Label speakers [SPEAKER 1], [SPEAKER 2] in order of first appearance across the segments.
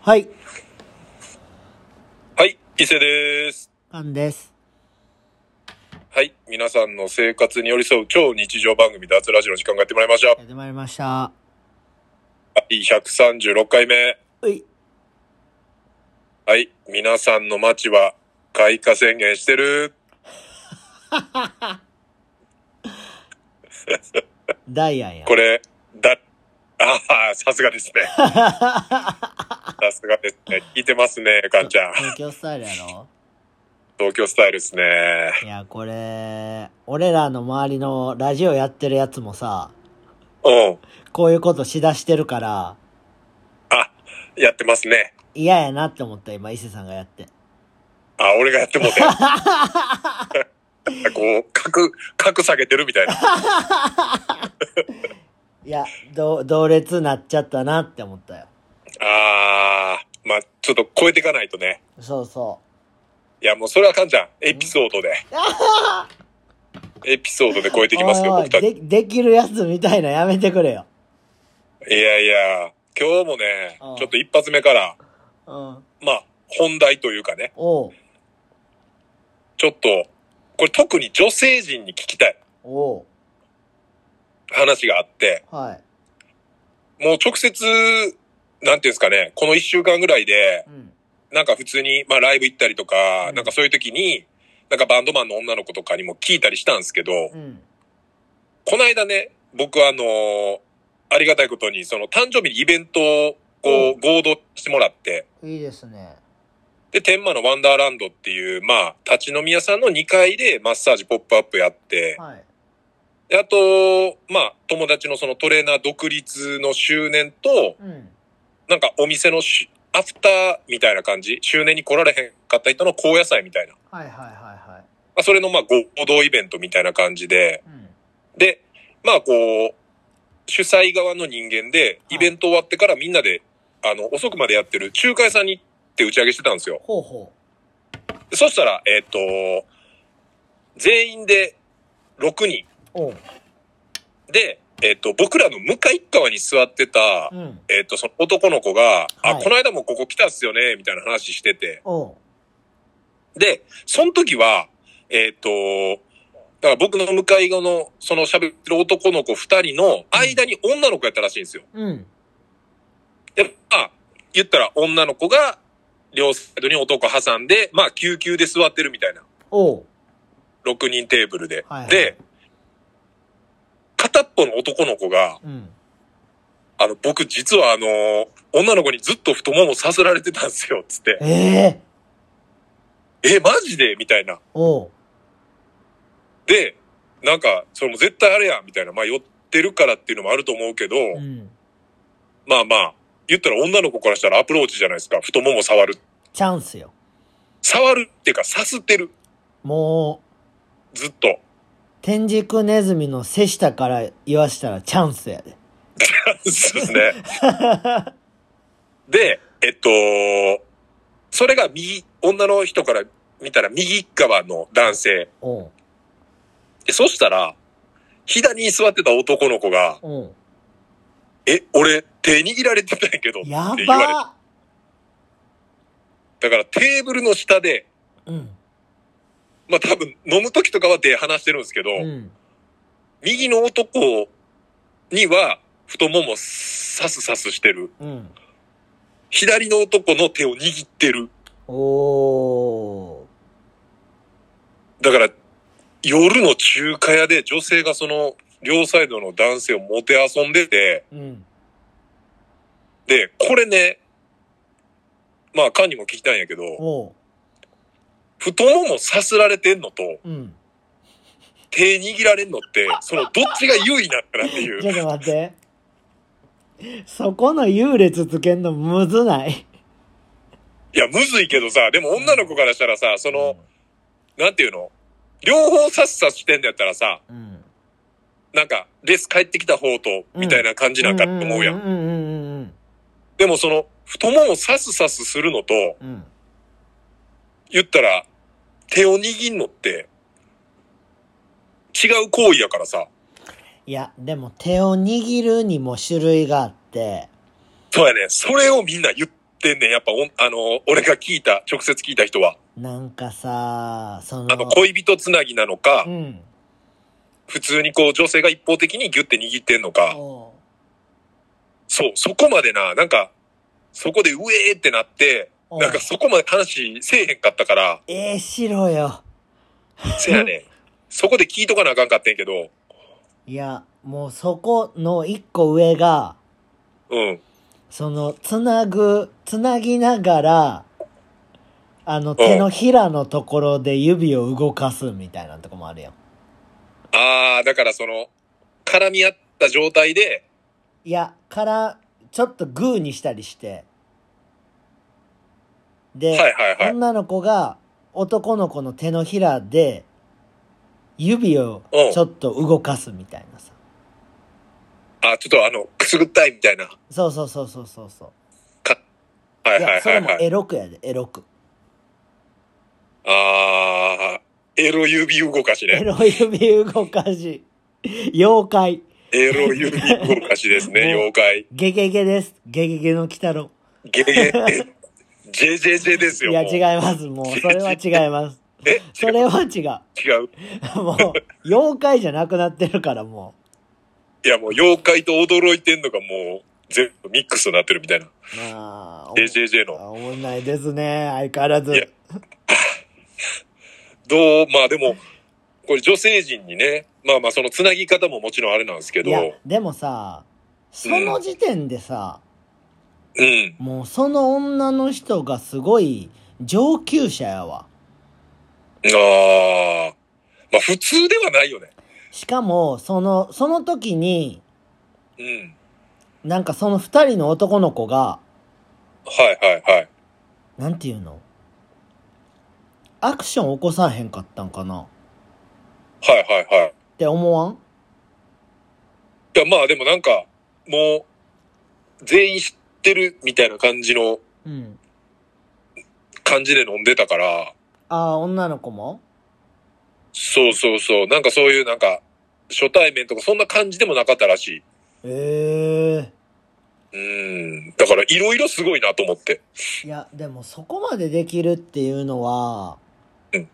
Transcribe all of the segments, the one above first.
[SPEAKER 1] はい、
[SPEAKER 2] はい、伊勢です。
[SPEAKER 1] パンです。
[SPEAKER 2] はい、皆さんの生活に寄り添う超日常番組、脱ラジオの時間がやってもらいました。は
[SPEAKER 1] やってまいりました。
[SPEAKER 2] い、136回目。
[SPEAKER 1] うい。
[SPEAKER 2] はい、皆さんの街は開花宣言してる。
[SPEAKER 1] ダイヤや。
[SPEAKER 2] これ、だ、ああ、さすがですね。さすがですね。聞いてますね、かんちゃん。
[SPEAKER 1] 東京スタイルやろ
[SPEAKER 2] 東京スタイルですね。
[SPEAKER 1] いや、これ、俺らの周りのラジオやってるやつもさ、
[SPEAKER 2] うん。
[SPEAKER 1] こういうことしだしてるから、
[SPEAKER 2] あ、やってますね。
[SPEAKER 1] 嫌やなって思った、今、伊勢さんがやって。
[SPEAKER 2] あ、俺がやってもうて。こう、格、格下げてるみたいな。
[SPEAKER 1] いや、ど同列なっちゃったなって思ったよ。
[SPEAKER 2] ああ、まあちょっと超えていかないとね。
[SPEAKER 1] そうそ
[SPEAKER 2] いや、もうそれはかんちゃん。エピソードで。エピソードで超え
[SPEAKER 1] う。
[SPEAKER 2] てきますよ、
[SPEAKER 1] おいおい
[SPEAKER 2] 僕たち。
[SPEAKER 1] でできるやつみたいなやめてくれよ。
[SPEAKER 2] いやいや、今日もね
[SPEAKER 1] うん、
[SPEAKER 2] ちょっと一発目から、
[SPEAKER 1] うん。
[SPEAKER 2] まあ、本題というかね、
[SPEAKER 1] おう。
[SPEAKER 2] ちょっと、これ特に女性陣に聞きたい
[SPEAKER 1] おう。
[SPEAKER 2] 話があって、
[SPEAKER 1] はい。
[SPEAKER 2] もう直接、なんていうんですかね、この一週間ぐらいで、
[SPEAKER 1] うん。
[SPEAKER 2] なんか普通に、まあライブ行ったりとか、
[SPEAKER 1] うん
[SPEAKER 2] なんかそういう時に、なんかバンドマンの女の子とかにも聞いたりしたんですけど、
[SPEAKER 1] うん。
[SPEAKER 2] この間ね、僕はあのーありがたいことに、その誕生日にイベントを
[SPEAKER 1] う
[SPEAKER 2] こ
[SPEAKER 1] ん
[SPEAKER 2] う合同してもらって、
[SPEAKER 1] いいですね。
[SPEAKER 2] で、天満のワンダーランドっていう、まあ、立ち飲み屋さんの2階でマッサージポップアップやって、
[SPEAKER 1] はい。
[SPEAKER 2] で、あと、まあ、友達のそのトレーナー独立の周年と、
[SPEAKER 1] うん。
[SPEAKER 2] なんかお店のしアフターみたいな感じ、周年に来られへんかった人の高野菜みたいな、ま
[SPEAKER 1] はいはいはいはい。
[SPEAKER 2] あ、それのまあ合同イベントみたいな感じで、
[SPEAKER 1] うん。
[SPEAKER 2] で、まあこう、主催側の人間で、
[SPEAKER 1] い
[SPEAKER 2] イベント終わってからみんなで、あの、遅くまでやってる仲介さんに行って打ち上げしてたんですよ。
[SPEAKER 1] ほうほ
[SPEAKER 2] そしたら、えっ、と、全員で6人。
[SPEAKER 1] う。おう。
[SPEAKER 2] で、えっ、と、僕らの向かい側に座ってた
[SPEAKER 1] う、ん。
[SPEAKER 2] えっ、と、その男の子が、あ、
[SPEAKER 1] はい
[SPEAKER 2] この間もここ来たっすよね、みたいな話してて。
[SPEAKER 1] おう。
[SPEAKER 2] で、その時は、えっ、と、だから僕の向かい側の、その喋ってる男の子2人の間に女の子やったらしいんですよ。
[SPEAKER 1] うん。
[SPEAKER 2] で、まあ、言ったら女の子が、両サイドに男挟んで、まあ、救急で座ってるみたいな。
[SPEAKER 1] おう。
[SPEAKER 2] 6人テーブルで。
[SPEAKER 1] はいはい
[SPEAKER 2] で、片っぽの男の子が、
[SPEAKER 1] うん。
[SPEAKER 2] あの、僕実はあのー女の子にずっと太ももさせられてたんですよ、つって。
[SPEAKER 1] ええ
[SPEAKER 2] え、マジでみたいな。
[SPEAKER 1] おう。
[SPEAKER 2] で、なんか、それも絶対あれやん、みたいな。まあ、寄ってるからっていうのもあると思うけど、
[SPEAKER 1] うん。
[SPEAKER 2] まあまあ、言ったら女の子からしたらアプローチじゃないですか。太もも触る。
[SPEAKER 1] チャンスよ。
[SPEAKER 2] 触るっていうか、さすってる。
[SPEAKER 1] もう、
[SPEAKER 2] ずっと。
[SPEAKER 1] 天竺ネズミの瀬下から言わしたらチャンスやで。
[SPEAKER 2] そうですね。で、えっと、それが右、女の人から見たら右側の男性。
[SPEAKER 1] おう。
[SPEAKER 2] でそしたら、左に座ってた男の子が、
[SPEAKER 1] おう。
[SPEAKER 2] え、俺、手握られてたんやけど、って
[SPEAKER 1] や
[SPEAKER 2] 言われて。
[SPEAKER 1] ば
[SPEAKER 2] だからテーブルの下で、
[SPEAKER 1] うん。
[SPEAKER 2] まあ多分飲む時とかは手離してるんですけど、
[SPEAKER 1] うん。
[SPEAKER 2] 右の男には太ももさすさすしてる。
[SPEAKER 1] うん。
[SPEAKER 2] 左の男の手を握ってる。
[SPEAKER 1] おう。
[SPEAKER 2] だから、夜の中華屋で女性がその、両サイドの男性をもてあそんでて、
[SPEAKER 1] うん。
[SPEAKER 2] で、これね、まあ、カンにも聞きたいんやけど、
[SPEAKER 1] おう。
[SPEAKER 2] 太ももさすられてんのと、
[SPEAKER 1] うん。
[SPEAKER 2] 手握られんのって、その、どっちが優位なのかなってい
[SPEAKER 1] ちょっ
[SPEAKER 2] う。
[SPEAKER 1] と待って。そこの優劣つけんのむずない。
[SPEAKER 2] いや、むずいけどさ、でも女の子からしたらさ、その、なんていうの両方さすさすしてんのやったらさ、
[SPEAKER 1] うん。
[SPEAKER 2] なんか、レース帰ってきた方と、みたいな感じなんかって思うや。
[SPEAKER 1] うんんうんうん
[SPEAKER 2] でもその、太ももさすさすするのと、
[SPEAKER 1] うん。うん。
[SPEAKER 2] 言ったら、手を握んのって、違う行為やからさ。
[SPEAKER 1] いや、でも手を握るにも種類があって、
[SPEAKER 2] そうやね。それをみんな言っってんねん、やっぱおん、あの、俺が聞いた、直接聞いた人は。
[SPEAKER 1] なんかさ、その、
[SPEAKER 2] あの、恋人つなぎなのか
[SPEAKER 1] う、ん。
[SPEAKER 2] 普通にこう、女性が一方的にギュッて握ってんのか、
[SPEAKER 1] おう
[SPEAKER 2] そう、そこまでな、なんか、そこでうえーってなって、
[SPEAKER 1] おう
[SPEAKER 2] なんかそこまで話せえへんかったから、
[SPEAKER 1] ええしろよ。
[SPEAKER 2] せやねん。そこで聞いとかなあかんかってんけど、
[SPEAKER 1] いや、もうそこの一個上が、
[SPEAKER 2] うん。
[SPEAKER 1] その、つなぐ、つなぎながら、あの、手のひらのところで指を動かすみたいなとこもあるやん。
[SPEAKER 2] あー、だからその、絡み合った状態で、
[SPEAKER 1] いや、から、ちょっとグーにしたりして。で、
[SPEAKER 2] はいはいはい。
[SPEAKER 1] 女の子が男の子の手のひらで、指を
[SPEAKER 2] うん
[SPEAKER 1] ちょっと動かすみたいなさ。
[SPEAKER 2] あ、ちょっとあの、くすぐったいみたいな。
[SPEAKER 1] そうそうそうそうそうそう。
[SPEAKER 2] はい
[SPEAKER 1] い
[SPEAKER 2] は
[SPEAKER 1] や、
[SPEAKER 2] い
[SPEAKER 1] そ
[SPEAKER 2] は
[SPEAKER 1] れ
[SPEAKER 2] い
[SPEAKER 1] も
[SPEAKER 2] はい。
[SPEAKER 1] エロくやで、エロく。
[SPEAKER 2] あー、エロ指動かし
[SPEAKER 1] エ
[SPEAKER 2] ね。
[SPEAKER 1] ロ指動かし。妖怪。
[SPEAKER 2] エロ指動かしです ね、
[SPEAKER 1] もう
[SPEAKER 2] 妖怪。
[SPEAKER 1] ゲゲゲです。ゲゲゲの鬼太郎。
[SPEAKER 2] ゲゲゲ。ジェジェジェです
[SPEAKER 1] い
[SPEAKER 2] よ。
[SPEAKER 1] や、
[SPEAKER 2] もう
[SPEAKER 1] 違います。もう、それは違います。
[SPEAKER 2] え
[SPEAKER 1] それは違う。
[SPEAKER 2] 違う。
[SPEAKER 1] もう、妖怪じゃなくなってるから、も
[SPEAKER 2] いや、もう妖怪と驚いてんのがもう、全部ミックスになってるみたいな。
[SPEAKER 1] う。まあ、お
[SPEAKER 2] JJJ の。
[SPEAKER 1] あおもんないですね。相変わら
[SPEAKER 2] いや
[SPEAKER 1] ず。
[SPEAKER 2] どう、まあでも、これ女性陣にね、まあまあその繋ぎ方ももちろんあれなんですけ
[SPEAKER 1] い
[SPEAKER 2] ど、
[SPEAKER 1] や
[SPEAKER 2] う、
[SPEAKER 1] でもさ、その時点でさ、
[SPEAKER 2] ん。
[SPEAKER 1] もうその女の人がすごい上級者やわ。
[SPEAKER 2] ああ。まあ普通ではないよね。
[SPEAKER 1] しかも、その、その時に、
[SPEAKER 2] うん。
[SPEAKER 1] なんかその二人の男の子が、
[SPEAKER 2] はいはいはい。
[SPEAKER 1] なんていうのアクション起こさへんかったんかなっ
[SPEAKER 2] はいはいはい。
[SPEAKER 1] て思わん
[SPEAKER 2] いや、まあでもなんか、もう、全員知ってるみたいな感じの、
[SPEAKER 1] うん。
[SPEAKER 2] 感じで飲んでたから、
[SPEAKER 1] ああ、女の子も
[SPEAKER 2] そうそうそう、なんかそういうなんか、初対面とかそんな感じでもなかったらし
[SPEAKER 1] え
[SPEAKER 2] い。うん。だからいろいろすごいなと思って。
[SPEAKER 1] えいや、でもそこまでできるっていうのは、
[SPEAKER 2] うん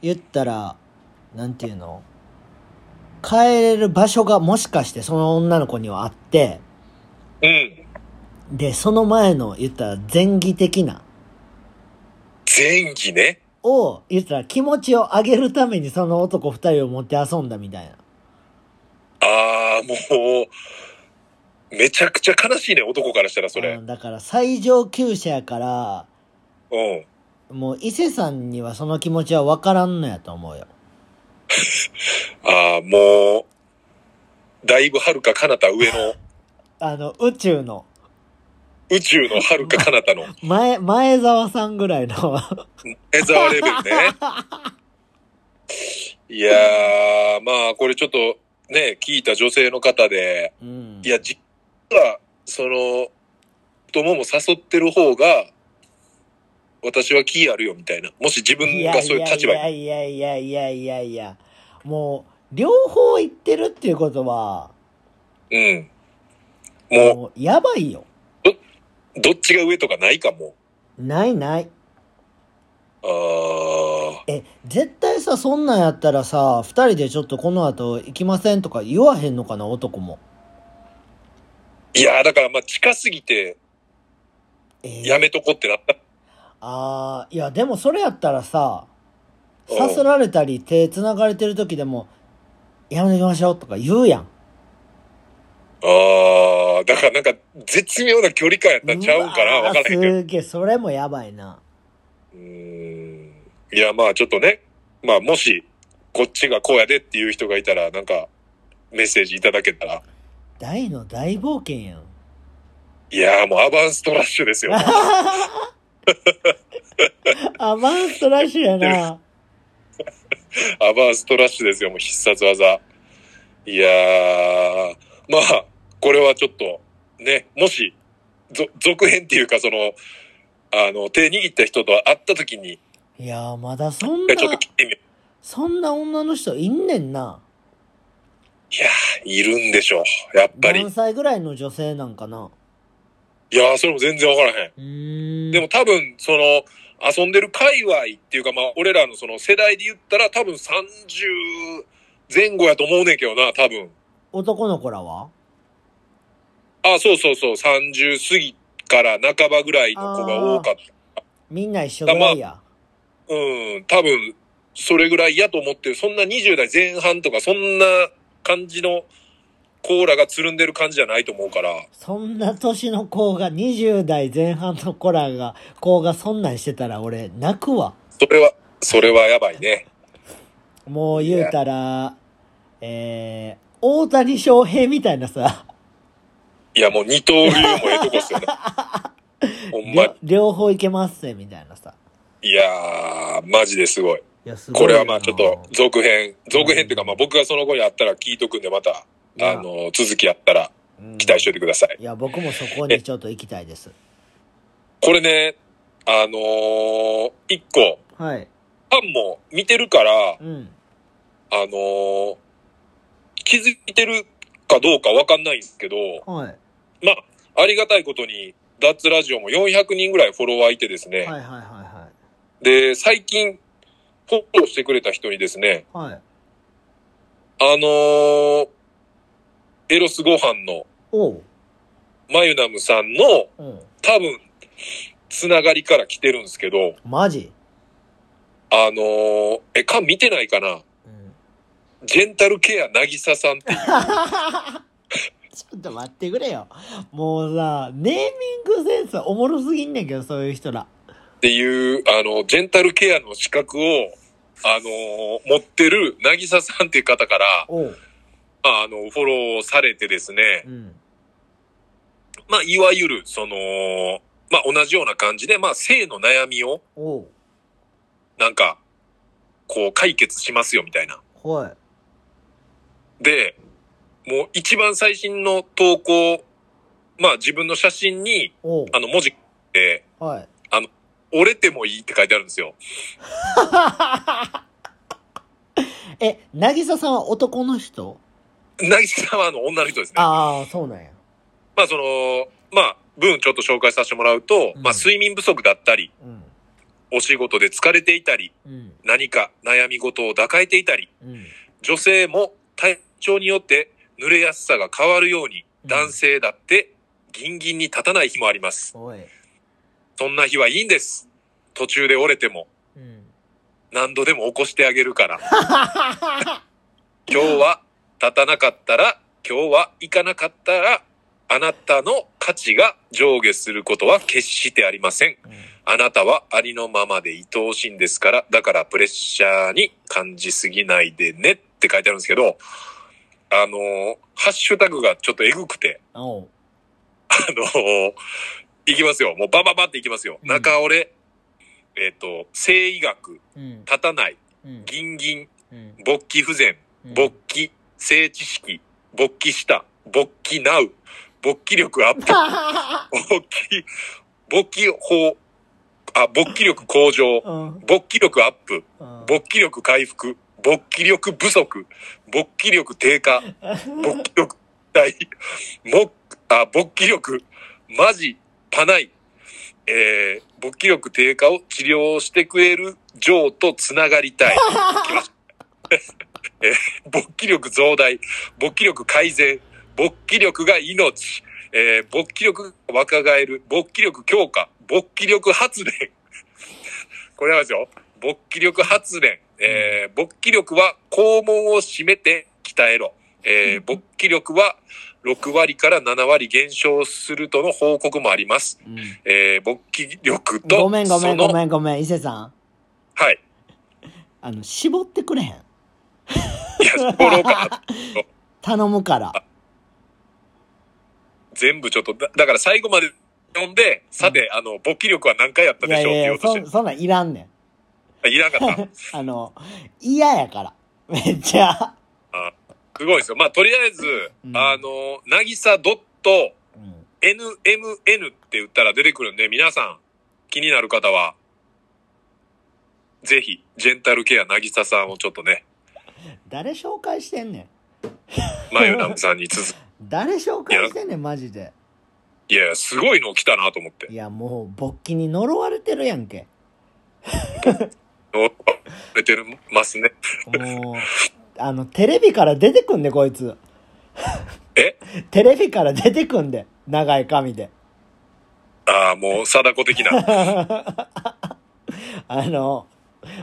[SPEAKER 1] 言ったら、なんていうの帰れる場所がもしかしてその女の子にはあって、
[SPEAKER 2] うん。
[SPEAKER 1] で、その前の言ったら前儀的な、
[SPEAKER 2] 前期ね。
[SPEAKER 1] を、言ったら気持ちを上げるためにその男二人を持って遊んだみたいな。
[SPEAKER 2] ああ、もう、めちゃくちゃ悲しいね、男からしたらそれ
[SPEAKER 1] う。んだから最上級者やから、
[SPEAKER 2] うん。
[SPEAKER 1] もう伊勢さんにはその気持ちは分からんのやと思うよ。
[SPEAKER 2] ああ、もう、だいぶ遥か彼方上の、
[SPEAKER 1] あの、宇宙の、
[SPEAKER 2] 宇宙の遥か彼方の、
[SPEAKER 1] 前、前澤さんぐらいの、
[SPEAKER 2] 江沢レベルね。いやー、まあ、これちょっと、ね、聞いた女性の方で、
[SPEAKER 1] うん。
[SPEAKER 2] いや、実は、その、太もも誘ってる方が、私は気あるよ、みたいな。もし自分
[SPEAKER 1] い
[SPEAKER 2] が
[SPEAKER 1] や、
[SPEAKER 2] そういう立場
[SPEAKER 1] いや
[SPEAKER 2] に。
[SPEAKER 1] いやいやいやいやいや、もう、両方言ってるっていうことは、
[SPEAKER 2] うん。も
[SPEAKER 1] もう、やばいよ。
[SPEAKER 2] う、どっちが上とかないかも。
[SPEAKER 1] ないない。
[SPEAKER 2] あ
[SPEAKER 1] え、絶対さ、そんなんやったらさ、二人でちょっとこの後行きませんとか言わへんのかな、男も。
[SPEAKER 2] ー。いやー、だから、まあ、近すぎて、
[SPEAKER 1] えー
[SPEAKER 2] やめとこってなった。
[SPEAKER 1] ああ、いや、でもそれやったらさ、
[SPEAKER 2] うん
[SPEAKER 1] さすられたり手繋がれてる時でも、やめときましょうとか言うやん。
[SPEAKER 2] あー、だからなんか、絶妙な距離感やったんちゃうんかな
[SPEAKER 1] うわー
[SPEAKER 2] わからへんけど。
[SPEAKER 1] すげえ、それもやばいな。
[SPEAKER 2] うーん。いや、まあ、ちょっとね、まあ、もし、こっちがこうやでっていう人がいたら、なんか、メッセージいただけたら、
[SPEAKER 1] 大の大冒険やん。
[SPEAKER 2] いやーもうアバンストラッシュですよ。
[SPEAKER 1] あ、マンストラッシュやな。
[SPEAKER 2] アバンストラッシュですよ、もう必殺技。いやー、まあ、これはちょっと、ね、もし、ぞ続編っていうか、その、あの、手握った人と会った時に、
[SPEAKER 1] いやー、まだそんな、
[SPEAKER 2] ちょっと聞いてみよ
[SPEAKER 1] そんな女の人いんねんな。
[SPEAKER 2] う。いやー、いるんでしょう、やっぱり。
[SPEAKER 1] 何歳ぐらいの女性なんかな。
[SPEAKER 2] いやー、それも全然わからへん。
[SPEAKER 1] うーん。
[SPEAKER 2] でも、多分、その、遊んでる界隈っていうか、まあ、俺らのその世代で言ったら多分30前後やと思うねんけどな、多分。
[SPEAKER 1] 男の子らは
[SPEAKER 2] あ、そうそうそう、30過ぎから半ばぐらいの子が多かった。
[SPEAKER 1] みんな一緒ぐらいや。
[SPEAKER 2] うん、多分、それぐらいやと思ってる。そんな20代前半とか、そんな感じのコーラがつるんでる感じじゃないと思うから。
[SPEAKER 1] そんな年の子が、20代前半の子らが、子がそんなんしてたら俺、泣くわ。
[SPEAKER 2] それは、それはやばいね。
[SPEAKER 1] もう言うたら、えー、大谷翔平みたいなさ、
[SPEAKER 2] いや、もう二刀流もええとこっすよね。ほんま
[SPEAKER 1] りょ両方いけますね、みたいなさ。
[SPEAKER 2] に。いやー、マジですごい。
[SPEAKER 1] いや、すごい
[SPEAKER 2] こ
[SPEAKER 1] よ
[SPEAKER 2] れ
[SPEAKER 1] な
[SPEAKER 2] はまあちょっと、続編、続編っていうかまあ僕がその後にあったら聞いとくんで、また、
[SPEAKER 1] いや
[SPEAKER 2] あの、続きやったら期待しといてください。
[SPEAKER 1] いや、僕もそこにちょっと行きたいです。
[SPEAKER 2] これね、あのー、一個、
[SPEAKER 1] はい。
[SPEAKER 2] ファンも見てるから、
[SPEAKER 1] うん。
[SPEAKER 2] あのー気づいてるかどうかわかんないんですけど、
[SPEAKER 1] はい。
[SPEAKER 2] まあ、ありがたいことに、ダッツラジオも400人ぐらいフォロワーいてですね、
[SPEAKER 1] はいはいは
[SPEAKER 2] で、最近、フォローしてくれた人にですね、
[SPEAKER 1] いはい。はい。
[SPEAKER 2] あのーエロスご飯の
[SPEAKER 1] おう。
[SPEAKER 2] マユナムさんの、
[SPEAKER 1] うん。
[SPEAKER 2] 多分、つながりから来てるんですけど、
[SPEAKER 1] マジ
[SPEAKER 2] あのーえ、か見てないかな
[SPEAKER 1] うん。
[SPEAKER 2] ジェンタルケアなぎささんっていう。
[SPEAKER 1] ちょっと待ってくれよ。もうさ、ネーミングセンスおもろすぎんねんけど、そういう人ら。
[SPEAKER 2] っていう、あの、ジェンタルケアの資格を、あのー持ってる、なぎささんっていう方から、
[SPEAKER 1] おう。
[SPEAKER 2] まああの、フォローされてですね
[SPEAKER 1] う、ん。
[SPEAKER 2] まあ、いわゆる、その、まあ、同じような感じで、まあ、性の悩みを、
[SPEAKER 1] おう。
[SPEAKER 2] なんか、こう、解決しますよ、みたいな。
[SPEAKER 1] はい。
[SPEAKER 2] で、もう、一番最新の投稿、まあ、自分の写真に、
[SPEAKER 1] おう。
[SPEAKER 2] あの、文字で、
[SPEAKER 1] はい。
[SPEAKER 2] 折れてもいいって書いてあるんですよ。
[SPEAKER 1] え、なぎささんは男の人
[SPEAKER 2] なぎさんは、あの、女の人ですね。
[SPEAKER 1] ああ、そうなんや。
[SPEAKER 2] まあその、まあ、分ちょっと紹介させてもらうと、
[SPEAKER 1] うん
[SPEAKER 2] まあ睡眠不足だったり、
[SPEAKER 1] うん。
[SPEAKER 2] お仕事で疲れていたり、
[SPEAKER 1] うん。
[SPEAKER 2] 何か悩み事を抱えていたり、
[SPEAKER 1] うん。
[SPEAKER 2] 女性も体調によって濡れやすさが変わるように、
[SPEAKER 1] うん
[SPEAKER 2] 男性だってギンギンに立たない日もあります。
[SPEAKER 1] おい。
[SPEAKER 2] そんな日はいいんです。途中で折れても
[SPEAKER 1] うん。
[SPEAKER 2] 何度でも起こしてあげるから。今日は立たなかったら、今日は行かなかったら、あなたの価値が上下することは決してありません。あなたはありのままで愛おしいんですから、だからプレッシャーに感じすぎないでねって書いてあるんですけど、あのーハッシュタグがちょっとエグくて、
[SPEAKER 1] おう。
[SPEAKER 2] あのーいきますよ。もうバババっていきますよ。
[SPEAKER 1] うん
[SPEAKER 2] 中折れ、えっ、と、性医学、
[SPEAKER 1] うん。
[SPEAKER 2] 立たない、
[SPEAKER 1] うん。
[SPEAKER 2] ギンギン、
[SPEAKER 1] うん。
[SPEAKER 2] 勃起不全、
[SPEAKER 1] うん
[SPEAKER 2] 勃起、性知識、勃起した、勃起なう、勃起力アップ、勃起、勃起法、あ、勃起力向上、
[SPEAKER 1] うん。
[SPEAKER 2] 勃起力アップ、
[SPEAKER 1] うん
[SPEAKER 2] 勃起力回復、勃起力不足、勃起力低下、勃起力大、も、あ、勃起力、マジ、パない、えー、勃起力低下を治療してくれるジョーと繋がりたい。 えー勃起力増大、勃起力改善、勃起力が命、えー、勃起力若返る、勃起力強化、勃起力発電。これはですよ。勃起力発電。えー勃起力は肛門を締めて鍛えろ。えー勃起力は6割から7割減少するとの報告もあります。
[SPEAKER 1] うん
[SPEAKER 2] えー勃起力と、
[SPEAKER 1] ごめんごめんご
[SPEAKER 2] ん。
[SPEAKER 1] めんごめん、伊勢さん。
[SPEAKER 2] はい。
[SPEAKER 1] あの、絞ってくれへん。
[SPEAKER 2] いや、絞ろうかな。
[SPEAKER 1] 頼むから。
[SPEAKER 2] 全部ちょっと、だだから最後まで読んで、さて、あの、勃起力は何回やった
[SPEAKER 1] い
[SPEAKER 2] で
[SPEAKER 1] や
[SPEAKER 2] しょうって
[SPEAKER 1] い
[SPEAKER 2] 言
[SPEAKER 1] や
[SPEAKER 2] おうとして
[SPEAKER 1] そ、そんなんいらんねん。
[SPEAKER 2] あいらな かった。
[SPEAKER 1] あの、嫌やから。 めっちゃ。
[SPEAKER 2] すごいですよ。まあ、とりあえず、
[SPEAKER 1] うん
[SPEAKER 2] あの、なぎさ .nmn
[SPEAKER 1] うん。
[SPEAKER 2] って打ったら出てくるんで、皆さん、気になる方は、ぜひ、ジェンタルケアなぎささんをちょっとね、
[SPEAKER 1] 誰紹介してんねん。
[SPEAKER 2] マユナムさんに続く。
[SPEAKER 1] 誰紹介してんねん、マジで。
[SPEAKER 2] いやいや、すごいの来たなと思って
[SPEAKER 1] い。や、もう、勃起に呪われてるやんけ。
[SPEAKER 2] お出てるますね。
[SPEAKER 1] もう、あの、テレビから出てくんで、こいつ。
[SPEAKER 2] え
[SPEAKER 1] テレビから出てくんで、長い髪で。
[SPEAKER 2] ああ、もう、貞子的な。
[SPEAKER 1] あの、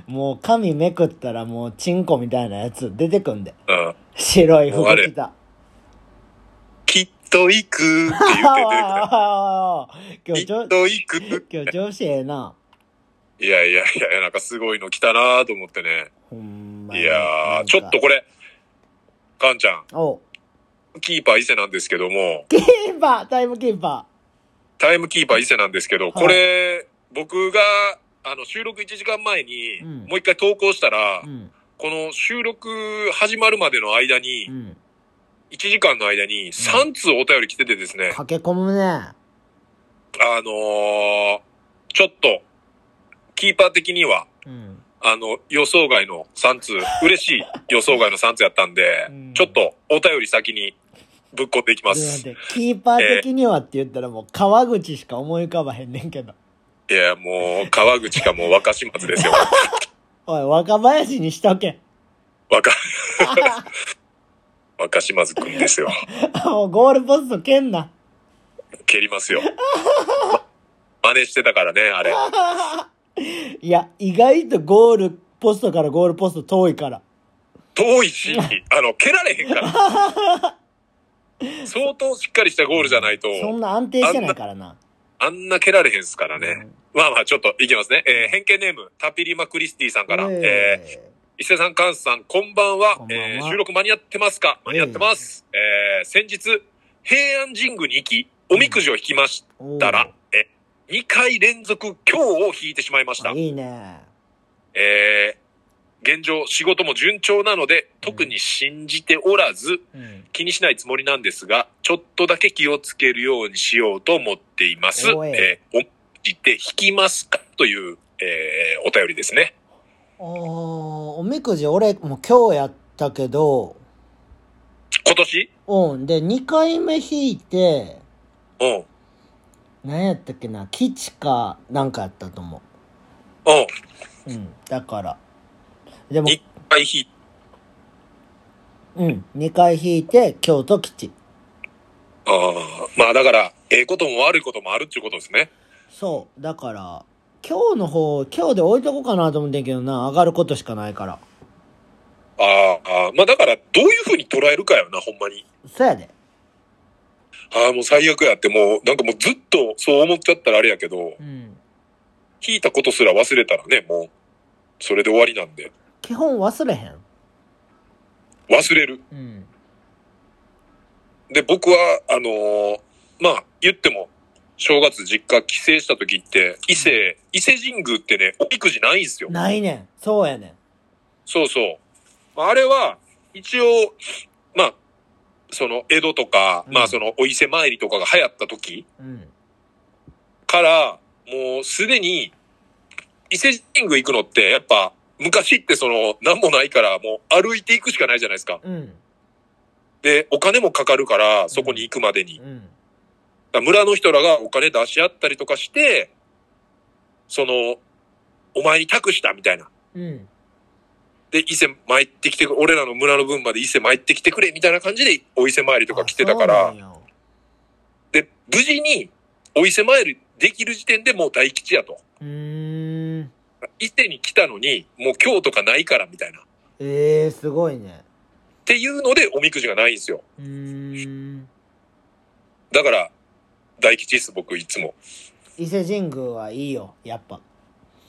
[SPEAKER 1] もう髪めくったらもうチンコみたいなやつ出てくんで。
[SPEAKER 2] うん。
[SPEAKER 1] 白い服
[SPEAKER 2] もうあれ
[SPEAKER 1] 着た。
[SPEAKER 2] きっと行くって言って出てく る。
[SPEAKER 1] ああ、今日ち
[SPEAKER 2] き
[SPEAKER 1] ょ
[SPEAKER 2] っ、と行く。
[SPEAKER 1] 今日調子ええな。
[SPEAKER 2] いやいやいや、なんかすごいの来たなと思ってね。
[SPEAKER 1] ほんまに
[SPEAKER 2] いや
[SPEAKER 1] な
[SPEAKER 2] ー、
[SPEAKER 1] んか
[SPEAKER 2] ちょっとこれ、カンちゃん、
[SPEAKER 1] お
[SPEAKER 2] キーパー伊勢なんですけども、
[SPEAKER 1] キーパータイムキーパ
[SPEAKER 2] タイムキーパー伊勢なんですけど、これ、僕が、あの、収録1時間前に、
[SPEAKER 1] うん
[SPEAKER 2] もう一回投稿したら、
[SPEAKER 1] ー。うん。
[SPEAKER 2] この収録始まるまでの間に、
[SPEAKER 1] うん。
[SPEAKER 2] 1時間の間に3通お便り来ててですね、
[SPEAKER 1] 駆け込むね。
[SPEAKER 2] あのーちょっと、キーパー的には、
[SPEAKER 1] うん。
[SPEAKER 2] あの、予想外の3通、嬉しい予想外の3通やったんで、
[SPEAKER 1] うん
[SPEAKER 2] ちょっとお便り先にぶっこっていきま
[SPEAKER 1] ちょっと
[SPEAKER 2] す。
[SPEAKER 1] 待ってキーパー的にはって言ったらもう川口しか思い浮かばへんねんけど。
[SPEAKER 2] いや、もう、川口かもう若始末 ですよ。
[SPEAKER 1] おい、若林にしとけ。
[SPEAKER 2] 若、若島津くんですよ。
[SPEAKER 1] もうゴールポスト蹴んな。
[SPEAKER 2] 蹴りますよ。ま真似してたからね、あれ。
[SPEAKER 1] いや、意外とゴールポストからゴールポスト遠いから。
[SPEAKER 2] 遠いし、あの、蹴られへんから。相当しっかりしたゴールじゃないと、
[SPEAKER 1] そんな安定してないからな。
[SPEAKER 2] あんな蹴られへんすからね。まあまあ、ちょっといきますね。えー偏見ネーム、タピリマクリスティさんから、えー
[SPEAKER 1] え
[SPEAKER 2] 伊勢さん、カンさん、こんばんは。
[SPEAKER 1] こんばんは
[SPEAKER 2] えー収録間に合ってますか間に合ってます。えー先日、平安神宮に行き、おみくじを引きまし
[SPEAKER 1] ーおう
[SPEAKER 2] たら、え、2回連続今日を引いてしまいました
[SPEAKER 1] あ。いいね。
[SPEAKER 2] えー現状、仕事も順調なので、特に信じておらず、
[SPEAKER 1] うん。
[SPEAKER 2] 気にしないつもりなんですが、ちょっとだけ気をつけるようにしようと思っています。え
[SPEAKER 1] おい
[SPEAKER 2] ー、おじて引きますかという、えーお便りですね。
[SPEAKER 1] おーおみくじ、俺、もう今日やったけど、
[SPEAKER 2] 今年
[SPEAKER 1] うん。で、2回目引いて、
[SPEAKER 2] うん。うん。
[SPEAKER 1] 何やったっけな、吉かなんかやったと思う。うん。だから。でも、
[SPEAKER 2] 2回引い
[SPEAKER 1] うん。2回引いて、今日と吉。
[SPEAKER 2] ああ、まあだから、ええことも悪いこともあるっていうことですね。
[SPEAKER 1] そう。だから、今日の方、今日で置いとこうかなと思ってんけどな、上がることしかないから。
[SPEAKER 2] ああああ、まあだから、どういうふうに捉えるかよな、ほんまに。
[SPEAKER 1] そやで。
[SPEAKER 2] ああ、もう最悪やって、もう、なんかもうずっとそう思っちゃったらあれやけど
[SPEAKER 1] う、ん。
[SPEAKER 2] 引いたことすら忘れたらね、もう、それで終わりなんで、
[SPEAKER 1] 基本忘れへん。
[SPEAKER 2] 忘れる。
[SPEAKER 1] うん。
[SPEAKER 2] で、僕は、あのーまあ、言っても、正月実家帰省した時って、伊勢、伊勢神宮ってね、おみくじないんすよ。
[SPEAKER 1] ないねん。そうやねん。
[SPEAKER 2] そうそう。まああれは、一応、まあ、その、江戸とか、
[SPEAKER 1] うん
[SPEAKER 2] まあ、その、お伊勢参りとかが流行った時
[SPEAKER 1] うん。
[SPEAKER 2] から、もう、すでに、伊勢神宮行くのって、やっぱ、昔ってその、なんもないから、もう、歩いていくしかないじゃないですか。
[SPEAKER 1] うん。
[SPEAKER 2] で、お金もかかるから、そこに行くまでに。
[SPEAKER 1] うん。
[SPEAKER 2] だから村の人らがお金出し合ったりとかして、その、お前に託したみたいな。
[SPEAKER 1] うん。
[SPEAKER 2] で、伊勢参ってきてくれ、俺らの村の分まで伊勢参ってきてくれ、みたいな感じで、お伊勢参りとか来てたか
[SPEAKER 1] あ
[SPEAKER 2] ら
[SPEAKER 1] そう、なんや
[SPEAKER 2] で、無事に、お伊勢参りできる時点でもう大吉やと。
[SPEAKER 1] うーん。
[SPEAKER 2] 伊勢に来たのに、もう今日とかないから、みたいな。っ
[SPEAKER 1] ええー、すごいね。
[SPEAKER 2] ていうので、おみくじがないんですよ。
[SPEAKER 1] うーん。
[SPEAKER 2] だから、大吉っす、僕、いつも。
[SPEAKER 1] 伊勢神宮はいいよ。やっぱ。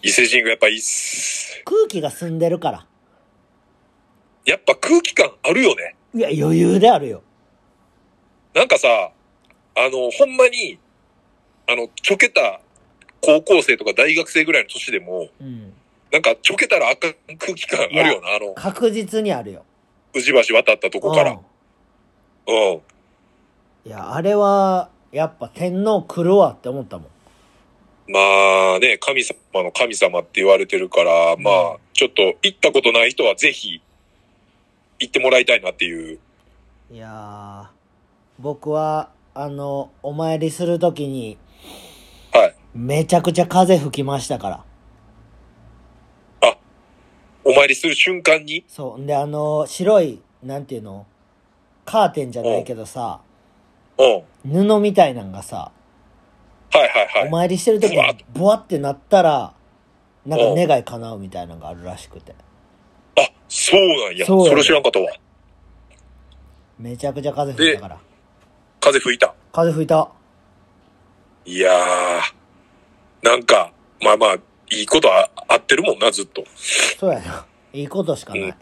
[SPEAKER 2] 伊勢神宮やっぱいいっす。
[SPEAKER 1] 空気が澄んでるから。
[SPEAKER 2] やっぱ空気感あるよね。
[SPEAKER 1] いや、余裕であるよ。
[SPEAKER 2] なんかさ、あの、ほんまに、あの、ちょけた高校生とか大学生ぐらいの年でも、
[SPEAKER 1] うん。
[SPEAKER 2] なんかちょけたらあかん空気感あるよな、あの、
[SPEAKER 1] 確実にあるよ。
[SPEAKER 2] 宇治橋渡ったとこから。
[SPEAKER 1] う
[SPEAKER 2] うんん。
[SPEAKER 1] いや、あれは、やっぱ天皇来るわって思ったもん。
[SPEAKER 2] まあね、神様の神様って言われてるから、ま
[SPEAKER 1] うん
[SPEAKER 2] あ、ちょっと行ったことない人はぜひ、行ってもらいたいなっていう。
[SPEAKER 1] いやー、僕はあの、お参りするときに、
[SPEAKER 2] はい。
[SPEAKER 1] めちゃくちゃ風吹きましたから。
[SPEAKER 2] お参りする瞬間に、
[SPEAKER 1] そう。んで、あの、白い、なんていうのカーテンじゃないけどさ、
[SPEAKER 2] うん。はい
[SPEAKER 1] 布みたいなんがさ、
[SPEAKER 2] はいは
[SPEAKER 1] お
[SPEAKER 2] い。
[SPEAKER 1] 参りしてるとき
[SPEAKER 2] ブワッ
[SPEAKER 1] に、ブワってなったら、なん
[SPEAKER 2] う
[SPEAKER 1] か
[SPEAKER 2] ん
[SPEAKER 1] 願い叶うみたいなのがあるらしくて。
[SPEAKER 2] あ、そうなんや。
[SPEAKER 1] そう
[SPEAKER 2] そ
[SPEAKER 1] やね
[SPEAKER 2] れ知らんかったわ。
[SPEAKER 1] めちゃくちゃ風吹いたから。
[SPEAKER 2] 風吹いた。
[SPEAKER 1] 風吹いた。
[SPEAKER 2] いやー、なんか、まあまあ、いいことあ合ってるもんな、ずっと。
[SPEAKER 1] そうやな。いいことしかない。
[SPEAKER 2] うん
[SPEAKER 1] い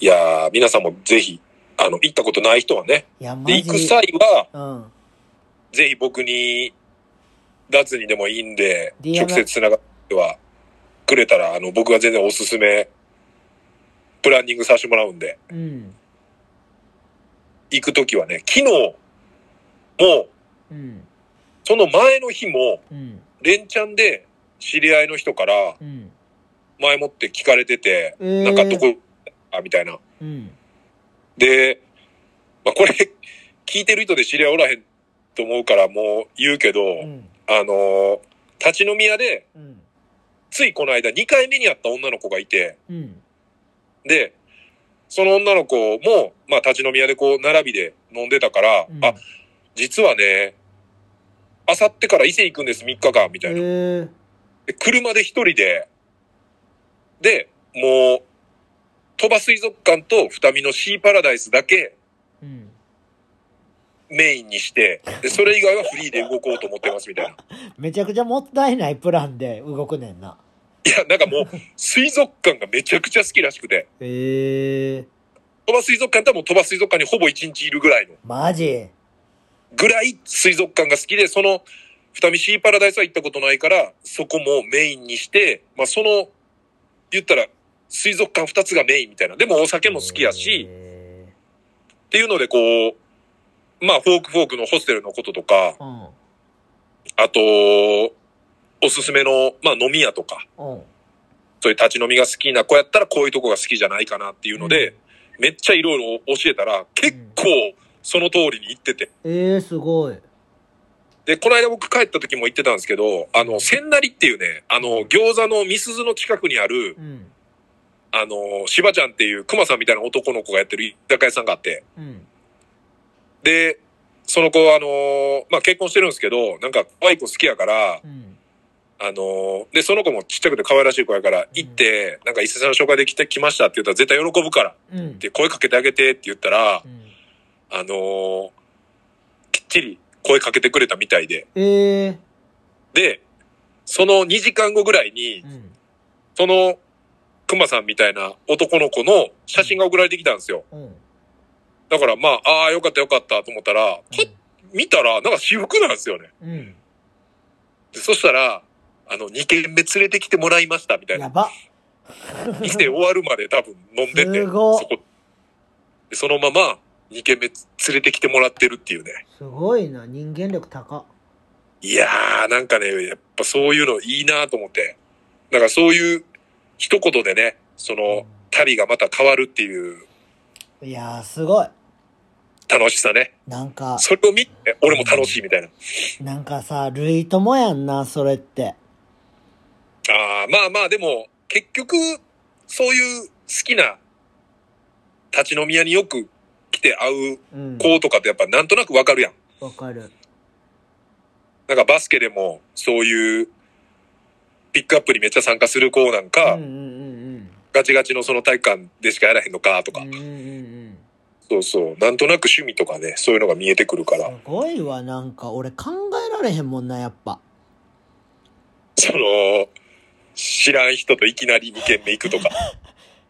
[SPEAKER 2] いやー、皆さんもぜひ、あの、行ったことない人はね、
[SPEAKER 1] や、マ
[SPEAKER 2] で、
[SPEAKER 1] ジ
[SPEAKER 2] 行く際は、
[SPEAKER 1] うん。
[SPEAKER 2] ぜひ僕に、脱にでもいいんで、
[SPEAKER 1] DM
[SPEAKER 2] 直接つながってはくれたら、あの、僕が全然おすすめ、プランニングさせてもらうんで、
[SPEAKER 1] うん。
[SPEAKER 2] 行くときはね、昨日も、
[SPEAKER 1] うん。
[SPEAKER 2] その前の日も、
[SPEAKER 1] うん。
[SPEAKER 2] 連チャンで知り合いの人から
[SPEAKER 1] うん。
[SPEAKER 2] 前もって聞かれてて、
[SPEAKER 1] えー
[SPEAKER 2] なんかどこ、あ、みたいな。
[SPEAKER 1] うん。
[SPEAKER 2] で、まあ、これ、聞いてる人で知り合いおらへんと思うからもう言うけど、
[SPEAKER 1] うん。
[SPEAKER 2] あのー立ち飲み屋で、
[SPEAKER 1] うん。
[SPEAKER 2] ついこの間2回目に会った女の子がいて、
[SPEAKER 1] うん。
[SPEAKER 2] で、その女の子も、まあ立ち飲み屋でこう並びで飲んでたから、
[SPEAKER 1] うん
[SPEAKER 2] あ、実はね、あさってから伊勢行くんです3日間、みたいな。
[SPEAKER 1] え
[SPEAKER 2] で車で一人で、で、もう、鳥羽水族館と二見のシーパラダイスだけ
[SPEAKER 1] ー、うん。
[SPEAKER 2] メインにして、で、それ以外はフリーで動こうと思ってますみたいな。
[SPEAKER 1] めちゃくちゃもったいないプランで動くねんな。
[SPEAKER 2] いや、なんかも う、水族館がめちゃくちゃ好きらしくて、
[SPEAKER 1] ええ
[SPEAKER 2] 鳥羽水族館とはもう鳥羽水族館にほぼ一日いるぐらいの、
[SPEAKER 1] マジ
[SPEAKER 2] ぐらい水族館が好きで、その二見シーパラダイスは行ったことないから、そこもメインにして、まあその、言ったら、水族館二つがメインみたいな。でもお酒も好きやし、
[SPEAKER 1] え
[SPEAKER 2] っていうので、こう、まあ、フォークフォークのホステルのこととか、
[SPEAKER 1] ー、
[SPEAKER 2] あと、おすすめの、まあ、飲み屋とか、
[SPEAKER 1] うん。うん。
[SPEAKER 2] そういう立ち飲みが好きな子やったら、こういうとこが好きじゃないかなっていうので、めっちゃいろいろ教えたら、結構、その通りに行ってて。
[SPEAKER 1] ええー、すごい。
[SPEAKER 2] で、この間僕帰った時も行ってたんですけど、あの、千成っていうね、あの、餃子のみすずの近くにある
[SPEAKER 1] う、ん。
[SPEAKER 2] あの、しばちゃんっていう熊さんみたいな男の子がやってる居酒屋さんがあって、
[SPEAKER 1] うん。
[SPEAKER 2] で、その子はあのーまあ、結婚してるんですけど、なんか可愛い子好きやから、
[SPEAKER 1] うん。
[SPEAKER 2] あのーで、その子もちっちゃくて可愛らしい子やから、行って、なんか伊勢さんの紹介で来てきましたって言ったら絶対喜ぶからっ
[SPEAKER 1] うん。うん
[SPEAKER 2] て声かけてあげてって言ったら
[SPEAKER 1] う、ん、
[SPEAKER 2] あのーきっちり声かけてくれたみたいで。
[SPEAKER 1] ええ
[SPEAKER 2] で、その2時間後ぐらいに
[SPEAKER 1] ー、う、ん。
[SPEAKER 2] その、熊さんみたいな男の子の写真が送られてきたんですよ。
[SPEAKER 1] うん。
[SPEAKER 2] だからまあ、ああー、よかったよかったと思ったら、パッ見たら、なんか私服なんですよね。
[SPEAKER 1] うん。
[SPEAKER 2] でそしたら、あの、2軒目連れてきてもらいましたみたい
[SPEAKER 1] や
[SPEAKER 2] な。
[SPEAKER 1] ば。
[SPEAKER 2] 伊勢終わるまで多分飲んでて、
[SPEAKER 1] す
[SPEAKER 2] そ
[SPEAKER 1] ごっ
[SPEAKER 2] こ。でそのまま2軒目連れてきてもらってるっていうね。
[SPEAKER 1] すごいな。人間力高。
[SPEAKER 2] いやー、なんかね、やっぱそういうのいいなと思って。だからそういう一言でね、その、旅がまた変わるっていう
[SPEAKER 1] いやー、すごい。
[SPEAKER 2] 楽しさね。
[SPEAKER 1] なん か、
[SPEAKER 2] それを見て、俺も楽しいみたいな。
[SPEAKER 1] なんかさ、類ともやんな、それって。
[SPEAKER 2] あーまあまあでも、結局、そういう好きな立ち飲み屋によく来て会う
[SPEAKER 1] うん。
[SPEAKER 2] 子とかってやっぱなんとなくわかるやん。
[SPEAKER 1] わかる。
[SPEAKER 2] なんかバスケでもそういうピックアップにめっちゃ参加する子なんか、
[SPEAKER 1] うんうんうん
[SPEAKER 2] ガチガチのその体育館でしかやらへんのかと
[SPEAKER 1] う
[SPEAKER 2] か、
[SPEAKER 1] ん。うんうんうん
[SPEAKER 2] そうそう、なんとなく趣味とかね、そういうのが見えてくるか
[SPEAKER 1] う
[SPEAKER 2] ら
[SPEAKER 1] ん。、すごいわ、なんか。俺考えられへんもんな、やっぱ。
[SPEAKER 2] その、知らん人といきなり2軒目行くとか、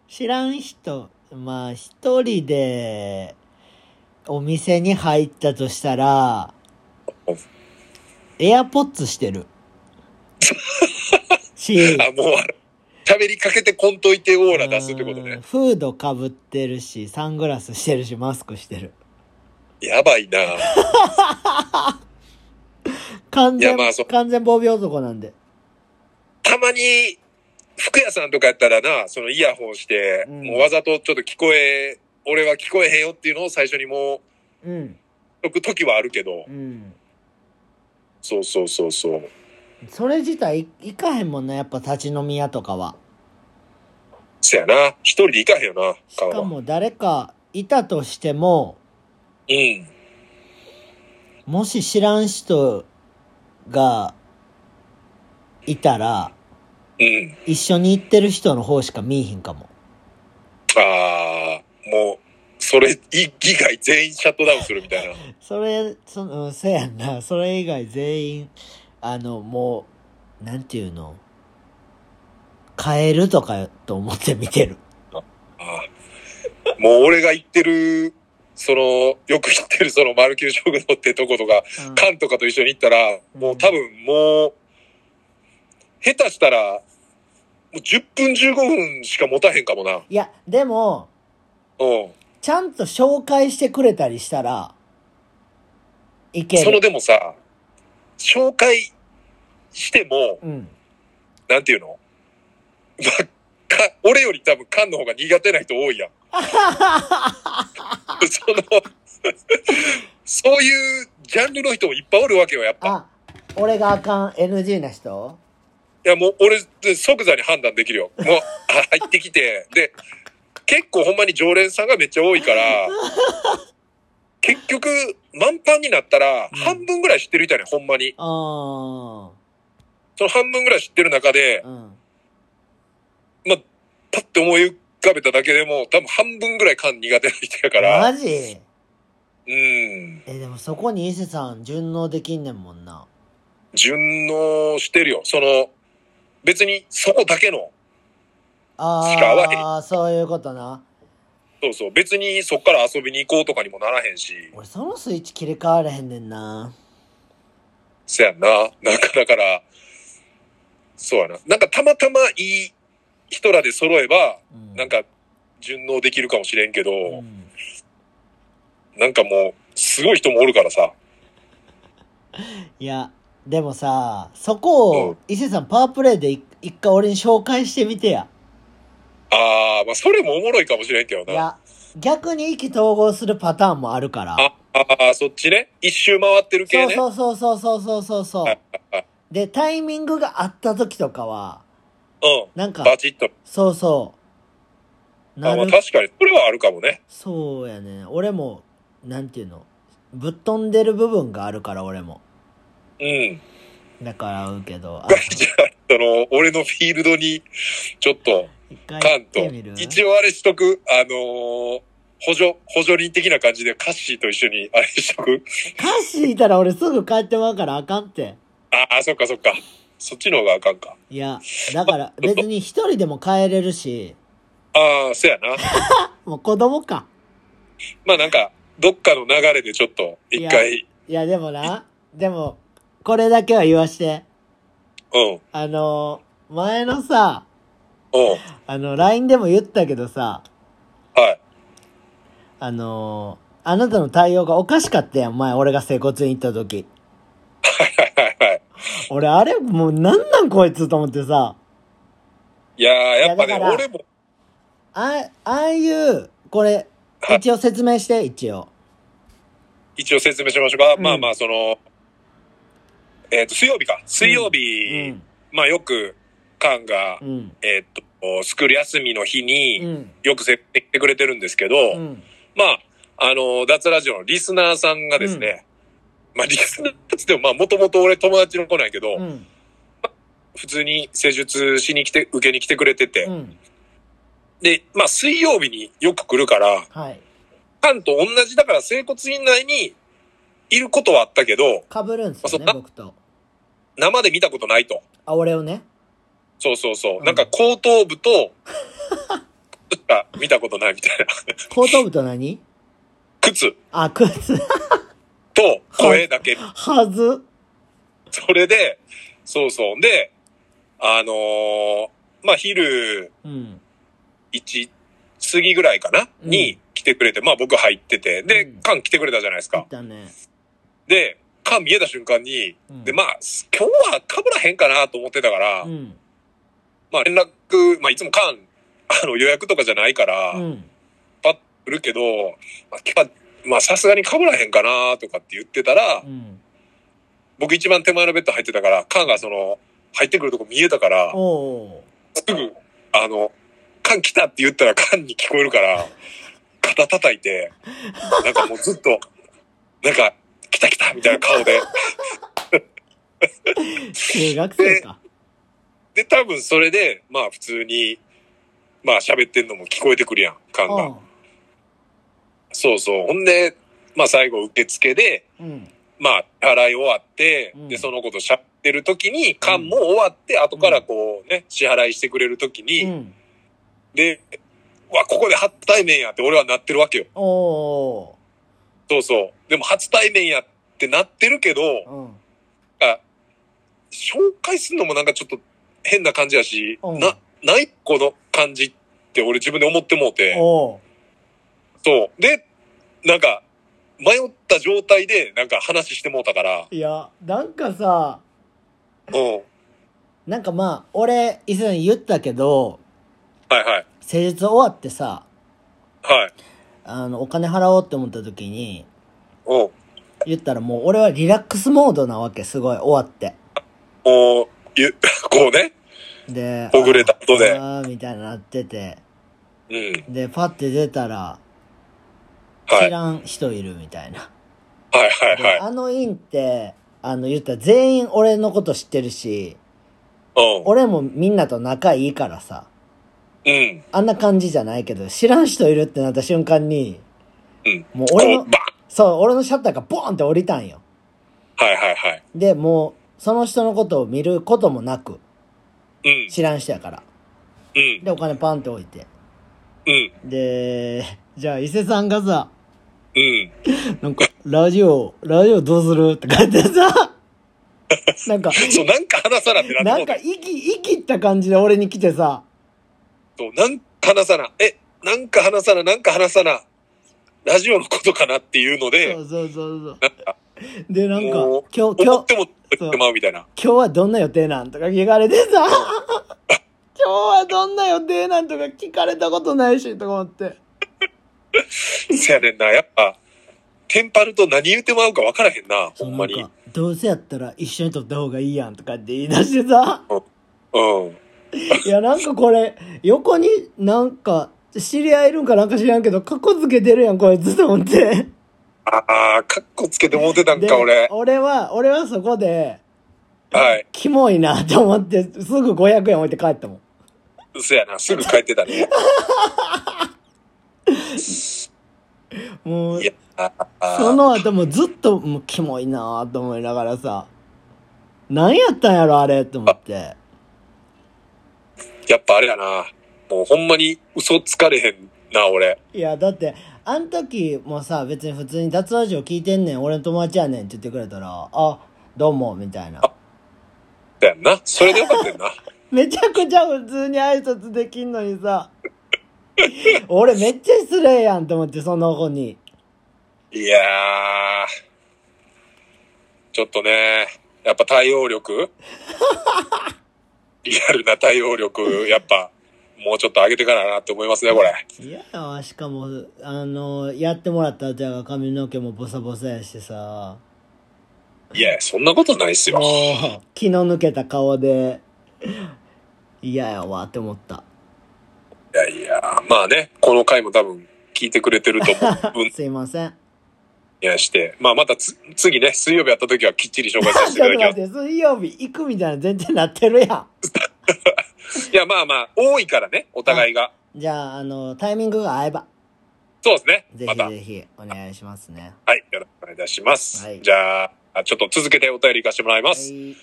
[SPEAKER 1] 知らん人、まあ一人でお店に入ったとしたら、エアポッツして る。し、
[SPEAKER 2] あ、もう、喋りかけてこんといてオーラ出すってこと
[SPEAKER 1] うん
[SPEAKER 2] ね。
[SPEAKER 1] フードかぶってるし、サングラスしてるし、マスクしてる。
[SPEAKER 2] やばいな
[SPEAKER 1] 完
[SPEAKER 2] い
[SPEAKER 1] 全、
[SPEAKER 2] やまあそう
[SPEAKER 1] 完全防備男なんで。
[SPEAKER 2] たまに、服屋さんとかやったらな、そのイヤホンして、
[SPEAKER 1] うん
[SPEAKER 2] もうわざとちょっと聞こえ、俺は聞こえへんよっていうのを最初にもう、
[SPEAKER 1] うん。
[SPEAKER 2] 解く時はあるけど、
[SPEAKER 1] うん。
[SPEAKER 2] そうそうそうそう。
[SPEAKER 1] それ自体行かへんもんな、やっぱ立ち飲み屋とかは。
[SPEAKER 2] そやな。一人で行かへんよな、
[SPEAKER 1] し
[SPEAKER 2] 川
[SPEAKER 1] か
[SPEAKER 2] は。
[SPEAKER 1] も誰かいたとしても、
[SPEAKER 2] うん。
[SPEAKER 1] もし知らん人がいたら、
[SPEAKER 2] うん。
[SPEAKER 1] 一緒に行ってる人の方しか見えひんかも。
[SPEAKER 2] ああ、もう、それ以外全員シャットダウンするみたい な。
[SPEAKER 1] それ、その、うんせやんな。それ以外全員、あの、もう、なんていうのカエルとかと思って見てる。
[SPEAKER 2] あーもう俺が行ってる、その、よく行ってるそのマルキュー食堂ってとことか、
[SPEAKER 1] うん
[SPEAKER 2] カンとかと一緒に行ったら、もう多分もう、下手したら、もう10分15分しか持たへんかもな。
[SPEAKER 1] いや、でも、
[SPEAKER 2] うん。
[SPEAKER 1] ちゃんと紹介してくれたりしたら、いけ
[SPEAKER 2] その
[SPEAKER 1] る。
[SPEAKER 2] でもさ、紹介しても、
[SPEAKER 1] うん。
[SPEAKER 2] なんていうのまあ、か、俺より多分缶の方が苦手な人多いやん。その、そういうジャンルの人もいっぱいおるわけよ、やっぱ。
[SPEAKER 1] あ、俺があかん NG な人
[SPEAKER 2] いや、もう俺、即座に判断できるよ。もう、 あ入ってきて、で、結構ほんまに常連さんがめっちゃ多 いから、結局、満帆になったら、
[SPEAKER 1] うん
[SPEAKER 2] 半分ぐらい知ってるみたいな、ほんまに。
[SPEAKER 1] あ
[SPEAKER 2] その半分ぐらい知ってる中で
[SPEAKER 1] ー。、うん。
[SPEAKER 2] パッて思い浮かべただけでも、多分半分ぐらい缶苦手な人やから、
[SPEAKER 1] マジ
[SPEAKER 2] うん。
[SPEAKER 1] え、でもそこに伊勢さん順応できんねんもんな。
[SPEAKER 2] 順応してるよ。その、別にそこだけの、しか合わへん
[SPEAKER 1] ああ、そういうことな。
[SPEAKER 2] そうそう、別にそっから遊びに行こうとかにもならへんし、
[SPEAKER 1] 俺そのスイッチ切り替われへんねんな。
[SPEAKER 2] せやんな。 なんかだから、そうやな。なんかたまたまいい人らで揃えば、
[SPEAKER 1] うん、
[SPEAKER 2] なん、か順応できるかもしれんけど、
[SPEAKER 1] うん、
[SPEAKER 2] なんかもう、すごい人もおるからさ。
[SPEAKER 1] いや、でもさ、そこ
[SPEAKER 2] うん
[SPEAKER 1] を伊勢さんパワープレイでい一回俺に紹介してみてや。
[SPEAKER 2] あー、まあそれもおもろいかもしれんけど
[SPEAKER 1] い
[SPEAKER 2] な。
[SPEAKER 1] や、逆に意気統合するパターンもあるから。
[SPEAKER 2] あ、あー、そっちね。一周回ってる系ね。
[SPEAKER 1] そうそうそうそうそうそうそう。
[SPEAKER 2] はいはい
[SPEAKER 1] で、タイミングがあった時とかは、なん
[SPEAKER 2] うん。
[SPEAKER 1] か、
[SPEAKER 2] バチッと。
[SPEAKER 1] そうそう。
[SPEAKER 2] あ
[SPEAKER 1] な
[SPEAKER 2] まあ
[SPEAKER 1] る、
[SPEAKER 2] 確かに、それはあるかもね。
[SPEAKER 1] そうやね。俺も、なんていうの、ぶっ飛んでる部分があるから、俺も。
[SPEAKER 2] うん。
[SPEAKER 1] だから合うけど、あ
[SPEAKER 2] じゃあ、その、俺のフィールドに、ちょっと、
[SPEAKER 1] 一回
[SPEAKER 2] カ
[SPEAKER 1] 行
[SPEAKER 2] ンと
[SPEAKER 1] って みる、
[SPEAKER 2] 一応あれしとく、あのー補助、補助人的な感じでカッシーと一緒に あれしとく。
[SPEAKER 1] 歌詞いたら俺すぐ帰ってまうからあかんって。
[SPEAKER 2] ああ、そっかそっか。そっちの方があかんか。
[SPEAKER 1] いや、だから別に一人でも帰れるし、
[SPEAKER 2] ああ、そやな。
[SPEAKER 1] もう子供か。
[SPEAKER 2] まあなんか、どっかの流れでちょっと、一回、
[SPEAKER 1] いや、でもな、でも、これだけは言わして。
[SPEAKER 2] うん、
[SPEAKER 1] あの、前のさ、
[SPEAKER 2] うん、
[SPEAKER 1] あの、LINE でも言ったけどさ、
[SPEAKER 2] はい。
[SPEAKER 1] あの、あなたの対応がおかしかったやん、前俺が整骨院行った時。
[SPEAKER 2] はいはいはい。
[SPEAKER 1] 俺、あれ、もうなんなんこいつと思ってさ、
[SPEAKER 2] いやー、やっぱ
[SPEAKER 1] い
[SPEAKER 2] ね、
[SPEAKER 1] やだから
[SPEAKER 2] 俺も、
[SPEAKER 1] あ、ああいう、これ、
[SPEAKER 2] はい
[SPEAKER 1] 一応説明して、一応。
[SPEAKER 2] 一応説明しましょうか。
[SPEAKER 1] うん
[SPEAKER 2] まあまあ、その、えっ、と、水曜日か。水曜
[SPEAKER 1] う
[SPEAKER 2] 日、
[SPEAKER 1] ん。
[SPEAKER 2] まあよく、カンが、
[SPEAKER 1] うん。
[SPEAKER 2] えっ、と、スクール休みの日に、
[SPEAKER 1] うん。
[SPEAKER 2] よく接ってきてくれてるんですけど、
[SPEAKER 1] うん。
[SPEAKER 2] まあ、あの、脱ラジオのリスナーさんがですね、まあ、リスナーって言っても、まあ、もともと俺友達の子なんやけど、
[SPEAKER 1] うん。
[SPEAKER 2] 普通に施術しに来て、受けに来てくれてて、
[SPEAKER 1] うん。
[SPEAKER 2] で、まあ、水曜日によく来るから、
[SPEAKER 1] はい。
[SPEAKER 2] カンと同じだから整骨院内にいることはあったけど、
[SPEAKER 1] かぶるんす
[SPEAKER 2] あそ
[SPEAKER 1] よ
[SPEAKER 2] う
[SPEAKER 1] ね、
[SPEAKER 2] な
[SPEAKER 1] 僕と。
[SPEAKER 2] 生で見たことないと。
[SPEAKER 1] あ、俺をね。
[SPEAKER 2] そうそうそう。
[SPEAKER 1] うん
[SPEAKER 2] なんか後頭部と、しか見たことないみたいな。
[SPEAKER 1] 後頭部と何
[SPEAKER 2] 靴
[SPEAKER 1] あ、靴。
[SPEAKER 2] と声だけ
[SPEAKER 1] はず。
[SPEAKER 2] それで、そうそう。で、あのーまあ、昼
[SPEAKER 1] うん。
[SPEAKER 2] 1過ぎぐらいかな、
[SPEAKER 1] うん
[SPEAKER 2] に来てくれて、まあ僕入ってて、で、
[SPEAKER 1] うん
[SPEAKER 2] 缶来てくれたじゃないです
[SPEAKER 1] だ
[SPEAKER 2] か。
[SPEAKER 1] たね。
[SPEAKER 2] で、缶見えた瞬間に、
[SPEAKER 1] うん
[SPEAKER 2] で、まあ、今日は被らへんかなと思ってたから、
[SPEAKER 1] うん。
[SPEAKER 2] まあ連絡、まあいつも 缶、あの予約とかじゃないから、
[SPEAKER 1] うん。
[SPEAKER 2] パッと来るけど、まあ、今日はまあさすがに被らへんかなとかって言ってたら
[SPEAKER 1] う、ん。
[SPEAKER 2] 僕一番手前のベッド入ってたから、缶がその、入ってくるとこ見えたから、
[SPEAKER 1] おうおう。
[SPEAKER 2] すぐ、あの、缶来たって言ったら缶に聞こえるから、肩叩いて、なんかもうずっと、なんか、来た来たみたいな顔で。
[SPEAKER 1] 中学生か。
[SPEAKER 2] で、多分それで、まあ普通に、まあ喋ってんのも聞こえてくるやん、缶
[SPEAKER 1] う
[SPEAKER 2] が。そうそう。ほんで、まあ最後受付で、
[SPEAKER 1] ん。うん。
[SPEAKER 2] まあ、払い終わって、
[SPEAKER 1] うん
[SPEAKER 2] で、そのことしゃってる時に、缶も終わって、後からこうね、支払いしてくれる時に、
[SPEAKER 1] うん。
[SPEAKER 2] で、うわ、ここで初対面やって俺はなってるわけよ。
[SPEAKER 1] おお
[SPEAKER 2] そうそう。でも初対面やってなってるけど、
[SPEAKER 1] う。うん。
[SPEAKER 2] あ紹介するのもなんかちょっと変な感じやし、
[SPEAKER 1] うん
[SPEAKER 2] な、ないこの感じって俺自分で思ってもうて、
[SPEAKER 1] おう。
[SPEAKER 2] そう。で、なんか、迷った状態でなんか話してもうたから、
[SPEAKER 1] いや、なんかさ、
[SPEAKER 2] うん。はい
[SPEAKER 1] なんかまあ、俺、以前言ったけど、
[SPEAKER 2] はい。
[SPEAKER 1] 施術終わってさ、
[SPEAKER 2] はい。
[SPEAKER 1] あの、お金払おうって思った時に、
[SPEAKER 2] うん。
[SPEAKER 1] 言ったらもう俺はリラックスモードなわけ、すごい、終わって。
[SPEAKER 2] こう、ゆ、 こうね。
[SPEAKER 1] で、
[SPEAKER 2] ほぐれた後で
[SPEAKER 1] あーみたいになってて、
[SPEAKER 2] うん。
[SPEAKER 1] で、パッて出たら、
[SPEAKER 2] は
[SPEAKER 1] 知
[SPEAKER 2] い。はい
[SPEAKER 1] らん人いるみたいな。
[SPEAKER 2] はい
[SPEAKER 1] で
[SPEAKER 2] はい。
[SPEAKER 1] あの院って、あの、言ったら全員俺のこと知ってるし、
[SPEAKER 2] うん。
[SPEAKER 1] 俺もみんなと仲いいからさ、
[SPEAKER 2] うん。
[SPEAKER 1] あんな感じじゃないけど、知らん人いるってなった瞬間に、
[SPEAKER 2] うん。
[SPEAKER 1] もう
[SPEAKER 2] こ
[SPEAKER 1] 俺
[SPEAKER 2] う、
[SPEAKER 1] の、
[SPEAKER 2] バ
[SPEAKER 1] そう、俺のシャッターがボーンって降りたんよ。
[SPEAKER 2] ンはいはいはい。
[SPEAKER 1] で、もう、その人のことを見ることもなく、
[SPEAKER 2] うん。
[SPEAKER 1] 知らん人やから。
[SPEAKER 2] うん。
[SPEAKER 1] で、お金パンって置いて。
[SPEAKER 2] うん。
[SPEAKER 1] で、 じゃあ伊勢さんがさ、
[SPEAKER 2] うん。
[SPEAKER 1] なんか、ラジオ、ラジオどうするって書いて さ、なんか、
[SPEAKER 2] そう、なんか話さなってなって
[SPEAKER 1] な
[SPEAKER 2] も
[SPEAKER 1] ん
[SPEAKER 2] うた
[SPEAKER 1] か、生き、生きった感じで俺に来てさ、
[SPEAKER 2] そう、なんか話さな、え、なんか話さな、なんか話さな、ラジオのことかなっていうの
[SPEAKER 1] そ
[SPEAKER 2] で、
[SPEAKER 1] うそうそうそう。で、なんか
[SPEAKER 2] もう、
[SPEAKER 1] 今日、
[SPEAKER 2] 思
[SPEAKER 1] 今
[SPEAKER 2] っ
[SPEAKER 1] 日、
[SPEAKER 2] ても言ってまうみたいな。
[SPEAKER 1] 今日はどんな予定なんとか聞かれてさ、今 日はどんな予定なんとか聞かれたことないし、とか思って。
[SPEAKER 2] せやねんな、やっぱ、テンパると何言ってまうか分からへんな、ほんまに。
[SPEAKER 1] な
[SPEAKER 2] うん
[SPEAKER 1] か。どうせやったら一緒に撮った方がいいやんとかって言い出してさ、
[SPEAKER 2] ん。
[SPEAKER 1] いやなんかこれ、横になんか、知り合いいるんかなんか知らんけど、かっこつけてるやん、こいつと思って。
[SPEAKER 2] ああ、かっこつけて思ってたん
[SPEAKER 1] で
[SPEAKER 2] か、俺。
[SPEAKER 1] 俺は、俺はそこで、
[SPEAKER 2] はい。
[SPEAKER 1] キモいなと思って、すぐ500円置いて帰ったもん。
[SPEAKER 2] そやな、すぐ帰って たね。
[SPEAKER 1] もう
[SPEAKER 2] い、や、ああ
[SPEAKER 1] その後もずっと、もう、キモいなぁと思いながらさ、何やったんやろ、あれ、と思って。
[SPEAKER 2] やっぱあれやな。もうほんまに嘘つかれへんな、俺。
[SPEAKER 1] いや、だって、あん時もさ、別に普通に脱ラジオ聞いてんねん、俺の友達やねんって言ってくれたら、あ、どうも、みたいな。
[SPEAKER 2] だよな。それでよかったよな。
[SPEAKER 1] めちゃくちゃ普通に挨拶できんのにさ、俺めっちゃ失礼やんと思って、その子に。
[SPEAKER 2] いやー。ちょっとね、やっぱ対応力 リアルな対応力、やっぱ、もうちょっと上げてかななって思いますね、これ。
[SPEAKER 1] いやよ、しかも、あの、やってもらった後やが髪の毛もボサボサやしさ、
[SPEAKER 2] いや、そんなことないっすよ。
[SPEAKER 1] もう、気の抜けた顔で、嫌やわって思った。
[SPEAKER 2] いやいや、まあね、この回も多分聞いてくれてると思う
[SPEAKER 1] すいません。
[SPEAKER 2] いやして、 まあまたつ次ね、水曜日やった時はきっちり紹介させて
[SPEAKER 1] ち
[SPEAKER 2] い
[SPEAKER 1] ょったと
[SPEAKER 2] だき
[SPEAKER 1] 待
[SPEAKER 2] ま
[SPEAKER 1] って、水曜日行くみたいな全然なってるやん。
[SPEAKER 2] す。いや、まあまあ、多いからね、お互いが。
[SPEAKER 1] じゃあ、あの、タイミングが合えば、
[SPEAKER 2] そうですね。
[SPEAKER 1] ぜ
[SPEAKER 2] また
[SPEAKER 1] ひぜひお願いしますね。
[SPEAKER 2] はい、よろしくお願いいたします。
[SPEAKER 1] はい
[SPEAKER 2] じゃああ、ちょっと続けてお便りいかしてもらいます。
[SPEAKER 1] はい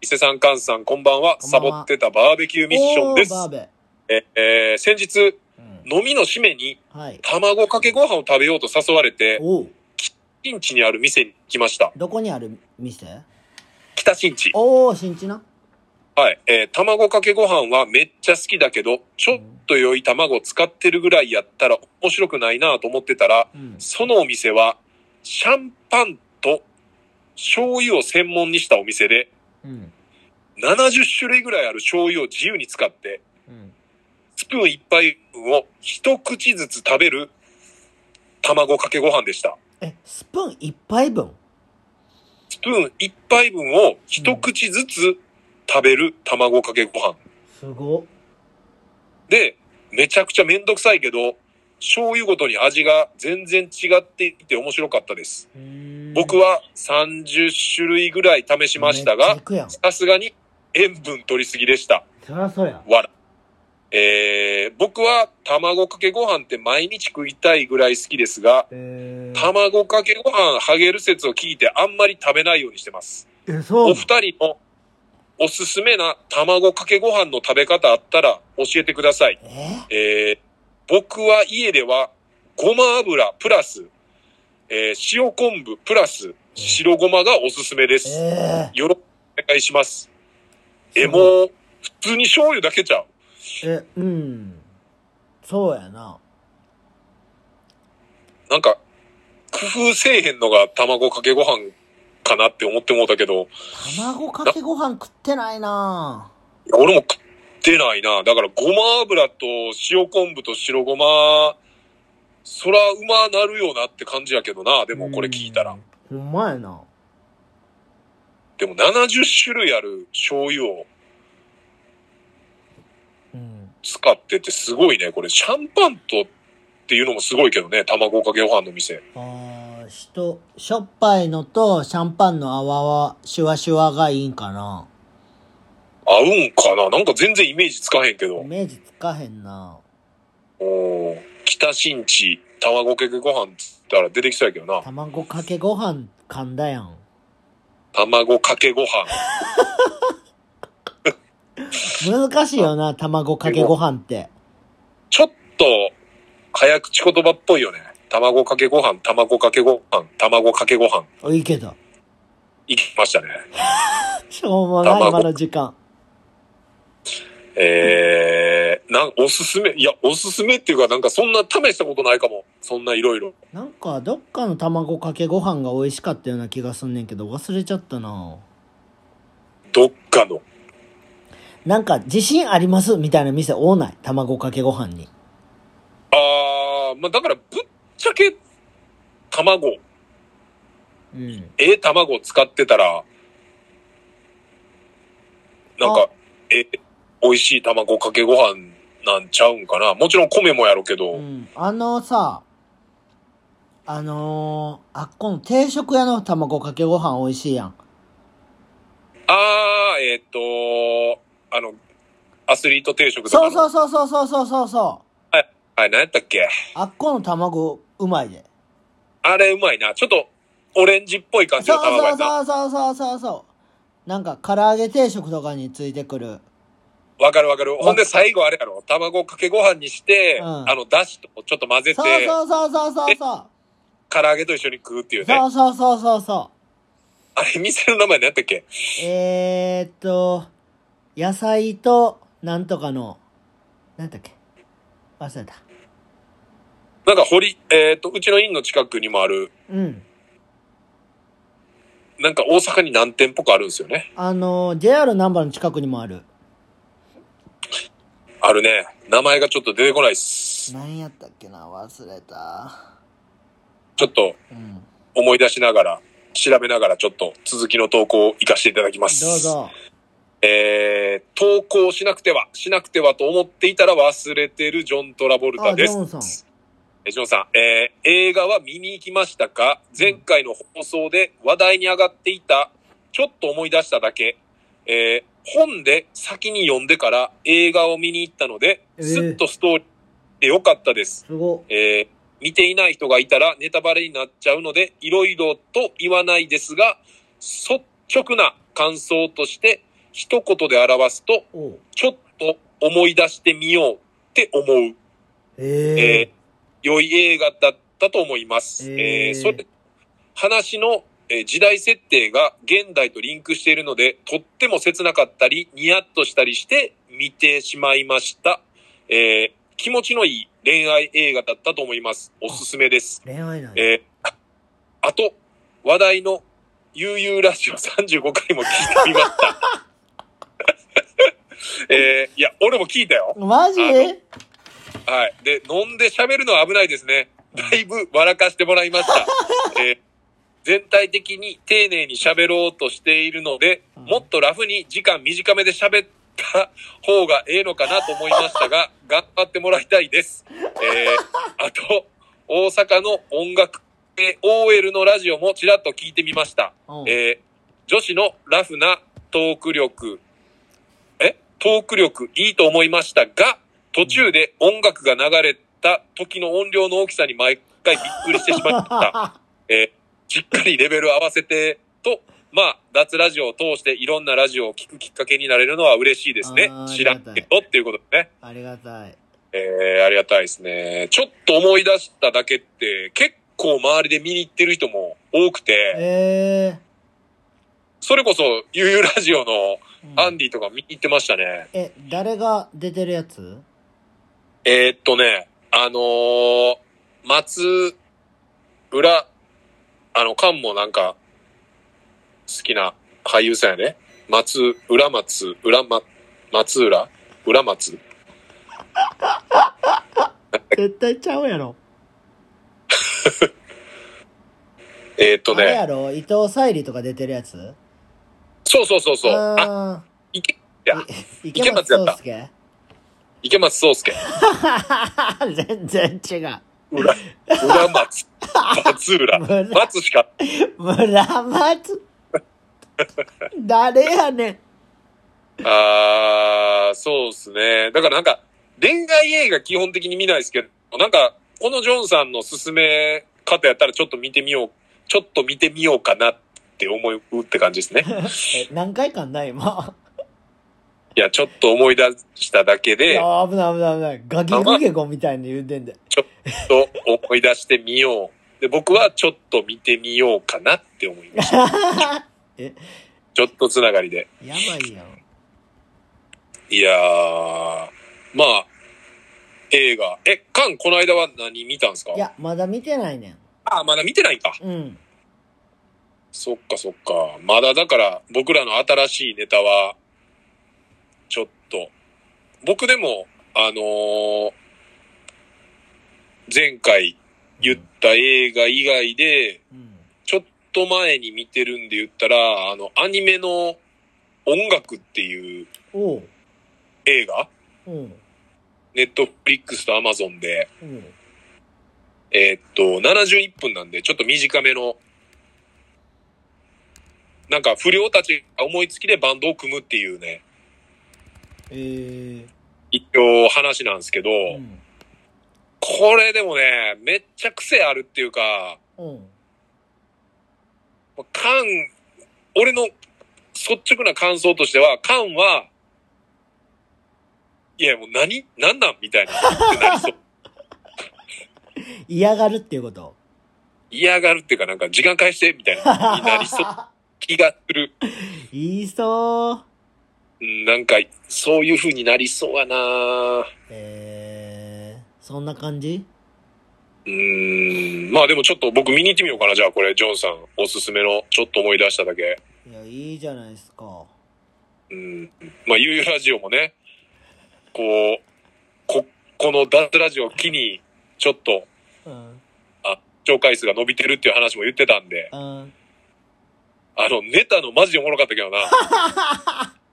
[SPEAKER 2] 伊勢さん、菅さん、こんばんは。
[SPEAKER 1] こんば
[SPEAKER 2] サ
[SPEAKER 1] んは
[SPEAKER 2] ボってたバーベキューミッションです
[SPEAKER 1] お。ーバーベ。
[SPEAKER 2] ええー先日、
[SPEAKER 1] うん
[SPEAKER 2] 飲みの締めに
[SPEAKER 1] はい。
[SPEAKER 2] 卵かけご飯を食べようと誘われて、
[SPEAKER 1] おう
[SPEAKER 2] 新地にある店に来ました。
[SPEAKER 1] どこにある店
[SPEAKER 2] 北新地。
[SPEAKER 1] おー、新地な。
[SPEAKER 2] はい。えー卵かけご飯はめっちゃ好きだけど、ちょっと良い卵を使ってるぐらいやったら面白くないなと思ってたら、
[SPEAKER 1] うん。
[SPEAKER 2] そのお店は、シャンパンと醤油を専門にしたお店で、
[SPEAKER 1] うん。
[SPEAKER 2] 70種類ぐらいある醤油を自由に使って、
[SPEAKER 1] うん。
[SPEAKER 2] スプーン一杯分を一口ずつ食べる卵かけご飯でした。
[SPEAKER 1] え、スプーン一杯分
[SPEAKER 2] スプーン1杯分を一口ずつ食べる卵かけご飯。
[SPEAKER 1] すごっ。
[SPEAKER 2] で、めちゃくちゃめんどくさいけど、醤油ごとに味が全然違っていて面白かったです。
[SPEAKER 1] うーん
[SPEAKER 2] 僕は30種類ぐらい試しました
[SPEAKER 1] めっちゃ
[SPEAKER 2] が
[SPEAKER 1] 行、くやん。そ
[SPEAKER 2] さすがに塩分取りすぎでした。
[SPEAKER 1] りゃそうや。
[SPEAKER 2] わら。えー、僕は卵かけご飯って毎日食いたいぐらい好きですが、
[SPEAKER 1] えー、
[SPEAKER 2] 卵かけご飯ハゲる説を聞いてあんまり食べないようにしてます。
[SPEAKER 1] え、そう
[SPEAKER 2] お二人のおすすめな卵かけご飯の食べ方あったら教えてください。
[SPEAKER 1] え
[SPEAKER 2] えー僕は家ではごま油プラス、えー塩昆布プラス白ごまがおすすめです。
[SPEAKER 1] え
[SPEAKER 2] よろしくお願いします。え、
[SPEAKER 1] すご
[SPEAKER 2] もう、普通に醤油だけちゃう
[SPEAKER 1] ー、え、うん。そうやな。
[SPEAKER 2] なんか、工夫せえへんのが卵かけご飯かなって思ってもうたけど、
[SPEAKER 1] 卵かけご飯食ってないな
[SPEAKER 2] 俺も食ってないな。だから、ごま油と塩昆布と白ごま、そらうまなるよなって感じやけどな。でもこれ聞いたら。。
[SPEAKER 1] ほんまやな。
[SPEAKER 2] でも70種類ある醤油を
[SPEAKER 1] うん。
[SPEAKER 2] 使ってってすごいね。これ、シャンパンとっていうのもすごいけどね。卵かけご飯の店。
[SPEAKER 1] ああ、しと、しょっぱいのとシャンパンの泡は、シュワシュワがいいんかな。
[SPEAKER 2] 合うんかななんか全然イメージつかへんけど
[SPEAKER 1] イ。メージつかへんな。
[SPEAKER 2] おー北新地、卵かけご飯っつったら出てきそうやけどな。
[SPEAKER 1] 卵かけご飯噛んだやん。
[SPEAKER 2] 卵かけご飯。
[SPEAKER 1] 難しいよな、卵かけご飯って。
[SPEAKER 2] ちょっと、早口言葉っぽいよね。卵かけご飯、卵かけご飯、卵かけご飯。
[SPEAKER 1] おいいけど。
[SPEAKER 2] いきましたね。
[SPEAKER 1] しょうもない、
[SPEAKER 2] 卵
[SPEAKER 1] 今の時間。
[SPEAKER 2] えー、なん、おすすめ、いや、おすすめっていうか、なんかそんな試したことないかも。そんないろいろ。
[SPEAKER 1] なんか、どっかの卵かけご飯が美味しかったような気がすんねんけど、忘れちゃったな。
[SPEAKER 2] どっかの。
[SPEAKER 1] なんか、自信ありますみたいな店多ない。卵かけご飯に。
[SPEAKER 2] あー、まあ、だから、ぶっちゃけ、卵、
[SPEAKER 1] うん。
[SPEAKER 2] ええ卵を使ってたら、なん
[SPEAKER 1] あ
[SPEAKER 2] か、ええ美味しい卵かけご飯なんちゃうんかな。もちろん米もやろうけど、
[SPEAKER 1] うん。あのさ、あのー、あっこの定食屋の卵かけご飯美味しいやん。
[SPEAKER 2] あー、えっ、と、あの、アスリート定食とか
[SPEAKER 1] そう
[SPEAKER 2] う。
[SPEAKER 1] そうそうそうそうそうそうそう。
[SPEAKER 2] はい、何やったっけ
[SPEAKER 1] あっこの卵、うまいで。
[SPEAKER 2] あれうまいな。ちょっと、オレンジっぽい感じ
[SPEAKER 1] そ
[SPEAKER 2] の
[SPEAKER 1] う
[SPEAKER 2] 卵
[SPEAKER 1] そ
[SPEAKER 2] や
[SPEAKER 1] うそう
[SPEAKER 2] な。
[SPEAKER 1] そうそうそうそう。なんか、唐揚げ定食とかについてくる。
[SPEAKER 2] わかるわかる。ほんで最後あれやろ。卵かけご飯にして、
[SPEAKER 1] うん
[SPEAKER 2] あの、だしとちょっと混ぜて
[SPEAKER 1] そう、そうそうそうそうそう。
[SPEAKER 2] 唐揚げと一緒に食うっていうね
[SPEAKER 1] そ。うそうそうそうそ
[SPEAKER 2] あれ、店の名前何やったっけ
[SPEAKER 1] う。えー、っと、野菜と、なんとかの、なんだっけ忘れた。
[SPEAKER 2] なんか、堀、えっ、と、うちの院の近くにもある、
[SPEAKER 1] うん。
[SPEAKER 2] なんか大阪に何店舗かあるんですよね。
[SPEAKER 1] あの、JR 難波の近くにもある。
[SPEAKER 2] あるね。名前がちょっと出てこないっす。
[SPEAKER 1] なんやったっけな忘れた。
[SPEAKER 2] ちょっと
[SPEAKER 1] うん。
[SPEAKER 2] 思い出しながら、調べながらちょっと続きの投稿を活かしていただきます。
[SPEAKER 1] どう。ぞ。
[SPEAKER 2] えー、投稿しなくては、しなくてはと思っていたら忘れてるジョン・トラボルタ
[SPEAKER 1] あ、ジ
[SPEAKER 2] です。
[SPEAKER 1] ョンさん。
[SPEAKER 2] えジョンさん、えー映画は見に行きましたか前回の放送で話題に上がっていた、ちょっと思い出しただけ、えー本で先に読んでから映画を見に行ったので、
[SPEAKER 1] えー
[SPEAKER 2] すっとストーリーでよかったです。
[SPEAKER 1] すご。
[SPEAKER 2] えー見ていない人がいたらネタバレになっちゃうので、いろいろと言わないですが、率直な感想として、一言で表すと、
[SPEAKER 1] おう
[SPEAKER 2] ちょっと思い出してみようって思う。
[SPEAKER 1] え
[SPEAKER 2] えー良い映画だったと思います。
[SPEAKER 1] えー
[SPEAKER 2] えーそれ話の、えー時代設定が現代とリンクしているので、とっても切なかったり、ニヤッとしたりして見てしまいました。えー気持ちのいい恋愛映画だったと思います。おすすめです
[SPEAKER 1] ー。。恋愛なんや
[SPEAKER 2] えーあと、話題の悠々ラジオ35回も聞いてみま した。えーいや、俺も聞いたよ。
[SPEAKER 1] マジ
[SPEAKER 2] あのはい。で、飲んで喋るのは危ないですね。だいぶ笑かしてもらい ました。えー全体的に丁寧に喋ろうとしているので、
[SPEAKER 1] うん
[SPEAKER 2] もっとラフに時間短めで喋った方がええのかなと思いまし たが、頑張ってもらいたいです。えーあと、大阪の音楽系 OL のラジオもちらっと聞いてみました。
[SPEAKER 1] うん
[SPEAKER 2] えー女子のラフなトーク力、えトーク力いいと思いましたが、途中で音楽が流れた時の音量の大きさに毎回びっくりしてし まった。えーしっかりレベル合わせてと、まあ、脱ラジオを通していろんなラジオを聞くきっかけになれるのは嬉しいですね
[SPEAKER 1] あ。ー
[SPEAKER 2] 知らんけどっていうことですね。
[SPEAKER 1] ありがたい。
[SPEAKER 2] えーありがたいですね。ちょっと思い出しただけって、結構周りで見に行ってる人も多くて、
[SPEAKER 1] え
[SPEAKER 2] それこそ、ゆうゆうラジオの
[SPEAKER 1] ー、うん
[SPEAKER 2] アンディとか見に行ってましたね。
[SPEAKER 1] え、誰が出てるやつ
[SPEAKER 2] えーっとね、あのー、松浦、あの、菅もなんか、好きな俳優さんやね。松、浦松、浦ま、松浦浦松
[SPEAKER 1] 絶対ちゃうやろ。
[SPEAKER 2] えーっと
[SPEAKER 1] あれ
[SPEAKER 2] ね、
[SPEAKER 1] やろ伊藤沙莉とか出てるやつ
[SPEAKER 2] そうそうそうそう。あ、
[SPEAKER 1] あ
[SPEAKER 2] 池、いや
[SPEAKER 1] ー、い
[SPEAKER 2] 池松やった
[SPEAKER 1] 池松
[SPEAKER 2] 池松壮介。
[SPEAKER 1] 壮介 全然違う。
[SPEAKER 2] 浦、浦松、松浦。
[SPEAKER 1] 村
[SPEAKER 2] 松しか、
[SPEAKER 1] 村松誰やねん。
[SPEAKER 2] あー、そうですね。だからなんか、恋愛映画基本的に見ないですけど、なんか、このジョンさんの勧め方やったらちょっと見てみよう、ちょっと見てみようかなって思うって感じですね。
[SPEAKER 1] え、何回かんだ今。
[SPEAKER 2] いや、ちょっと思い出しただけ
[SPEAKER 1] い
[SPEAKER 2] で、
[SPEAKER 1] や危ない危ない危ない。ガキグゲゴみたいに言うてん で。
[SPEAKER 2] と思い出してみよう。で、僕はちょっと見てみようかなって思い ました。ちょっとつながりで。
[SPEAKER 1] やばいやん。
[SPEAKER 2] いやー、まあ、映画。え、カン、この間は何見たんですか
[SPEAKER 1] いや、まだ見てないねん。
[SPEAKER 2] あー、まだ見てないんか。
[SPEAKER 1] うん。
[SPEAKER 2] そっかそっか。まだだから僕らの新しいネタは、ちょっと。僕でも、あのー前回言った映画以外で、
[SPEAKER 1] うん。
[SPEAKER 2] ちょっと前に見てるんで言ったら、あの、アニメの音楽っていう
[SPEAKER 1] おう。
[SPEAKER 2] 映画
[SPEAKER 1] うん。
[SPEAKER 2] ネットフリックスとアマゾンで、
[SPEAKER 1] うん。
[SPEAKER 2] えーっと、71分なんで、ちょっと短めの、なんか不良たちが思いつきでバンドを組むっていうね、
[SPEAKER 1] え
[SPEAKER 2] 一応話なんですけど、
[SPEAKER 1] ー。うん。
[SPEAKER 2] これでもね、めっちゃ癖あるっていうか、
[SPEAKER 1] うん。
[SPEAKER 2] カン、俺の率直な感想としては、カンは、いや、もう何何なんみたいな。ってなりそう
[SPEAKER 1] 嫌がるっていうこと。
[SPEAKER 2] 嫌がるっていうか、なんか時間返してみたいな。になりそう気がする。
[SPEAKER 1] 言いそう。
[SPEAKER 2] うんなんか、そういう風になりそうやな
[SPEAKER 1] えー、そんな感じ
[SPEAKER 2] うーん。まあでもちょっと僕見に行ってみようかな。じゃあこれ、ジョンさんおすすめの、ちょっと思い出しただけ。
[SPEAKER 1] いや、いいじゃないですか。
[SPEAKER 2] うん。まあ、ゆうゆうラジオもね、こう、こ、このダンスラジオを機に、ちょっと、
[SPEAKER 1] うん。
[SPEAKER 2] あ、視聴回数が伸びてるっていう話も言ってたんで、
[SPEAKER 1] うん。
[SPEAKER 2] あの、ネタのマジでおもろかったけどな。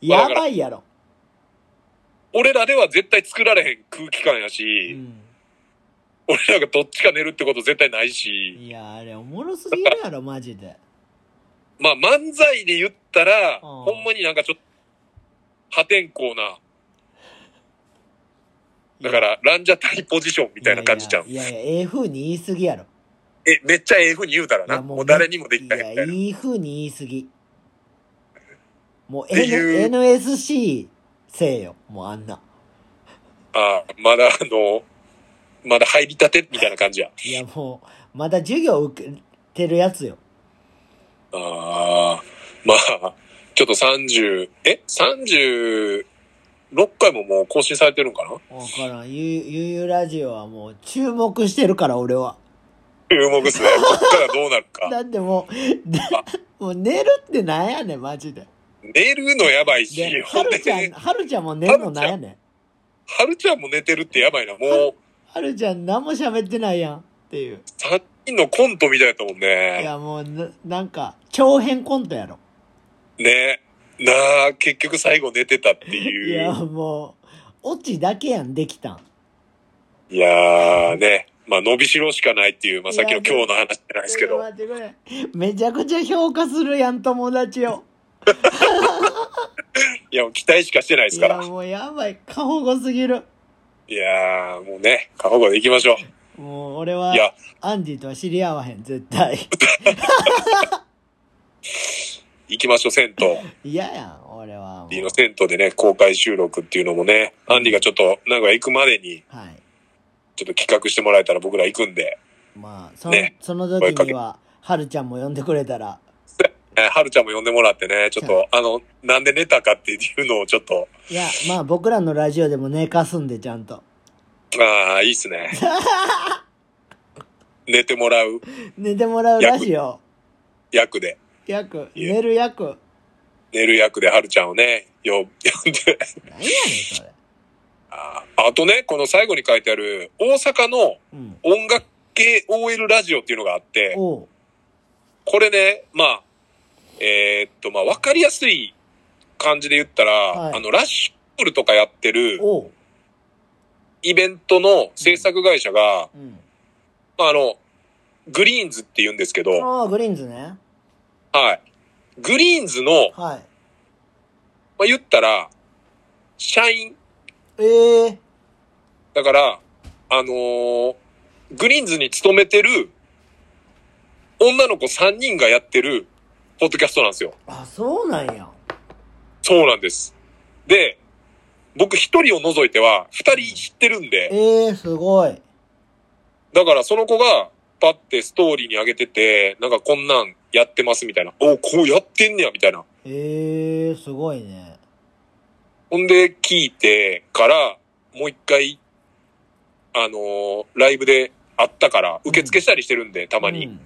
[SPEAKER 1] やばいやろ。
[SPEAKER 2] 俺らでは絶対作られへん空気感や
[SPEAKER 1] う
[SPEAKER 2] し、
[SPEAKER 1] ん。
[SPEAKER 2] 俺らがどっちか寝るってこと絶対ないし、
[SPEAKER 1] いや、あれ、おもろすぎるやろ、マジで。
[SPEAKER 2] まあ、漫才で言ったら、
[SPEAKER 1] うん
[SPEAKER 2] ほんまになんかちょっと、破天荒な、だから、ランジャタイポジションみたいな感じじゃん。
[SPEAKER 1] いやいや、いやいやええ風に言いすぎやろ。
[SPEAKER 2] え、めっちゃええ風に言うたら
[SPEAKER 1] い
[SPEAKER 2] な。
[SPEAKER 1] や
[SPEAKER 2] もう誰にもできないみたい
[SPEAKER 1] い
[SPEAKER 2] な
[SPEAKER 1] や、。いい風に言いすぎ。もう、
[SPEAKER 2] ていう
[SPEAKER 1] N、NSC せえよ。もうあんな。
[SPEAKER 2] ああ、まだあの、まだ入りたてみたいな感じや。
[SPEAKER 1] いや、もう、まだ授業受けてるやつよ。
[SPEAKER 2] ああ、まあ、ちょっと30、え ?36 回ももう更新されてるんかな
[SPEAKER 1] わからん。ゆ、ゆゆラジオはもう、注目してるから、俺は。
[SPEAKER 2] 注目 ですね。こっからどうなるか。
[SPEAKER 1] だってもう、で もう寝るってなんやねん、マジで。
[SPEAKER 2] 寝るのやばいし
[SPEAKER 1] で、、は
[SPEAKER 2] ほん
[SPEAKER 1] る
[SPEAKER 2] で
[SPEAKER 1] ちゃん、
[SPEAKER 2] ね、
[SPEAKER 1] はるちゃんも寝るのなんやねん。
[SPEAKER 2] はるちゃんも寝てるってやばいな。もう、
[SPEAKER 1] はるちゃん何も喋ってないやんっていう。
[SPEAKER 2] 3人のコントみたいだったもん
[SPEAKER 1] い
[SPEAKER 2] ね。
[SPEAKER 1] や、もうな、なんか、長編コントやろ。
[SPEAKER 2] ね。なあ、結局最後寝てたって
[SPEAKER 1] い
[SPEAKER 2] い
[SPEAKER 1] や、
[SPEAKER 2] う。
[SPEAKER 1] もう、オチだけやん、できたん。
[SPEAKER 2] いやーね。まあ、伸びしろしかないっていう、まあ、さっきの今日の話じゃないですけ
[SPEAKER 1] ちょ
[SPEAKER 2] ど。
[SPEAKER 1] っと待ってこれ。めちゃくちゃ評価するやん、友達を。
[SPEAKER 2] いや、期待しかしてないで
[SPEAKER 1] い
[SPEAKER 2] すか
[SPEAKER 1] や、
[SPEAKER 2] ら。
[SPEAKER 1] もうやばい。過保護すぎる。
[SPEAKER 2] いやー、もうね、過保護で行きましょ
[SPEAKER 1] もう、俺
[SPEAKER 2] う。、
[SPEAKER 1] はい
[SPEAKER 2] や、
[SPEAKER 1] アンディとは知り合わへん、絶 対。
[SPEAKER 2] 行きましょう、銭湯。
[SPEAKER 1] 嫌やん、俺はもう。
[SPEAKER 2] リの銭湯でね、公開収録っていうのもね、アンディがちょっと、名古屋行くまでに、
[SPEAKER 1] はい。
[SPEAKER 2] ちょっと企画してもらえたら僕ら行くんで、
[SPEAKER 1] まあ、その
[SPEAKER 2] ね、
[SPEAKER 1] その時には、はるちゃんも呼んでくれたら、
[SPEAKER 2] えはるちゃんも呼んでもらってね、ちょっと、あの、なんで寝たかっていうのをちょっと、
[SPEAKER 1] いや、まあ僕らのラジオでも寝かすんで、ちゃんと。
[SPEAKER 2] ああ、いいっす ね。寝てもらう
[SPEAKER 1] 寝てもらうラジオ。
[SPEAKER 2] 役で、
[SPEAKER 1] 役。
[SPEAKER 2] いえ
[SPEAKER 1] 寝る役。
[SPEAKER 2] 寝る役ではるちゃんをね、呼呼んで。
[SPEAKER 1] 何やねん、それ。
[SPEAKER 2] あーあとね、この最後に書いてある、大阪の
[SPEAKER 1] うん。
[SPEAKER 2] 音楽系 OL ラジオっていうのがあって、
[SPEAKER 1] おう。
[SPEAKER 2] これね、まあ、えーっと、まあ、わかりやすい感じで言ったら、
[SPEAKER 1] はい
[SPEAKER 2] あの、ラッシュプルとかやってる
[SPEAKER 1] おう。
[SPEAKER 2] イベントの制作会社が、
[SPEAKER 1] うん。
[SPEAKER 2] まあ、あの、グリーンズって言うんですけど、
[SPEAKER 1] ああ、グリーンズね。
[SPEAKER 2] はい。グリーンズの、
[SPEAKER 1] はい。
[SPEAKER 2] まあ、言ったら、社員。
[SPEAKER 1] ええ
[SPEAKER 2] だから、あのーグリーンズに勤めてる女の子3人がやってるポッドキャストなんですよ。
[SPEAKER 1] あ、そうなんや。
[SPEAKER 2] そうなんです。で、僕一人を除いては二人知ってるんで、
[SPEAKER 1] ええすごい。
[SPEAKER 2] だからその子がパッてストーリーに上げてて、なんかこんなんやってますみたいな。おこうやってんねや、みたいな。
[SPEAKER 1] ええすごいね。
[SPEAKER 2] ほんで聞いてから、もう一回、あのーライブで会ったから、受付したりしてるんで、た
[SPEAKER 1] た
[SPEAKER 2] まに。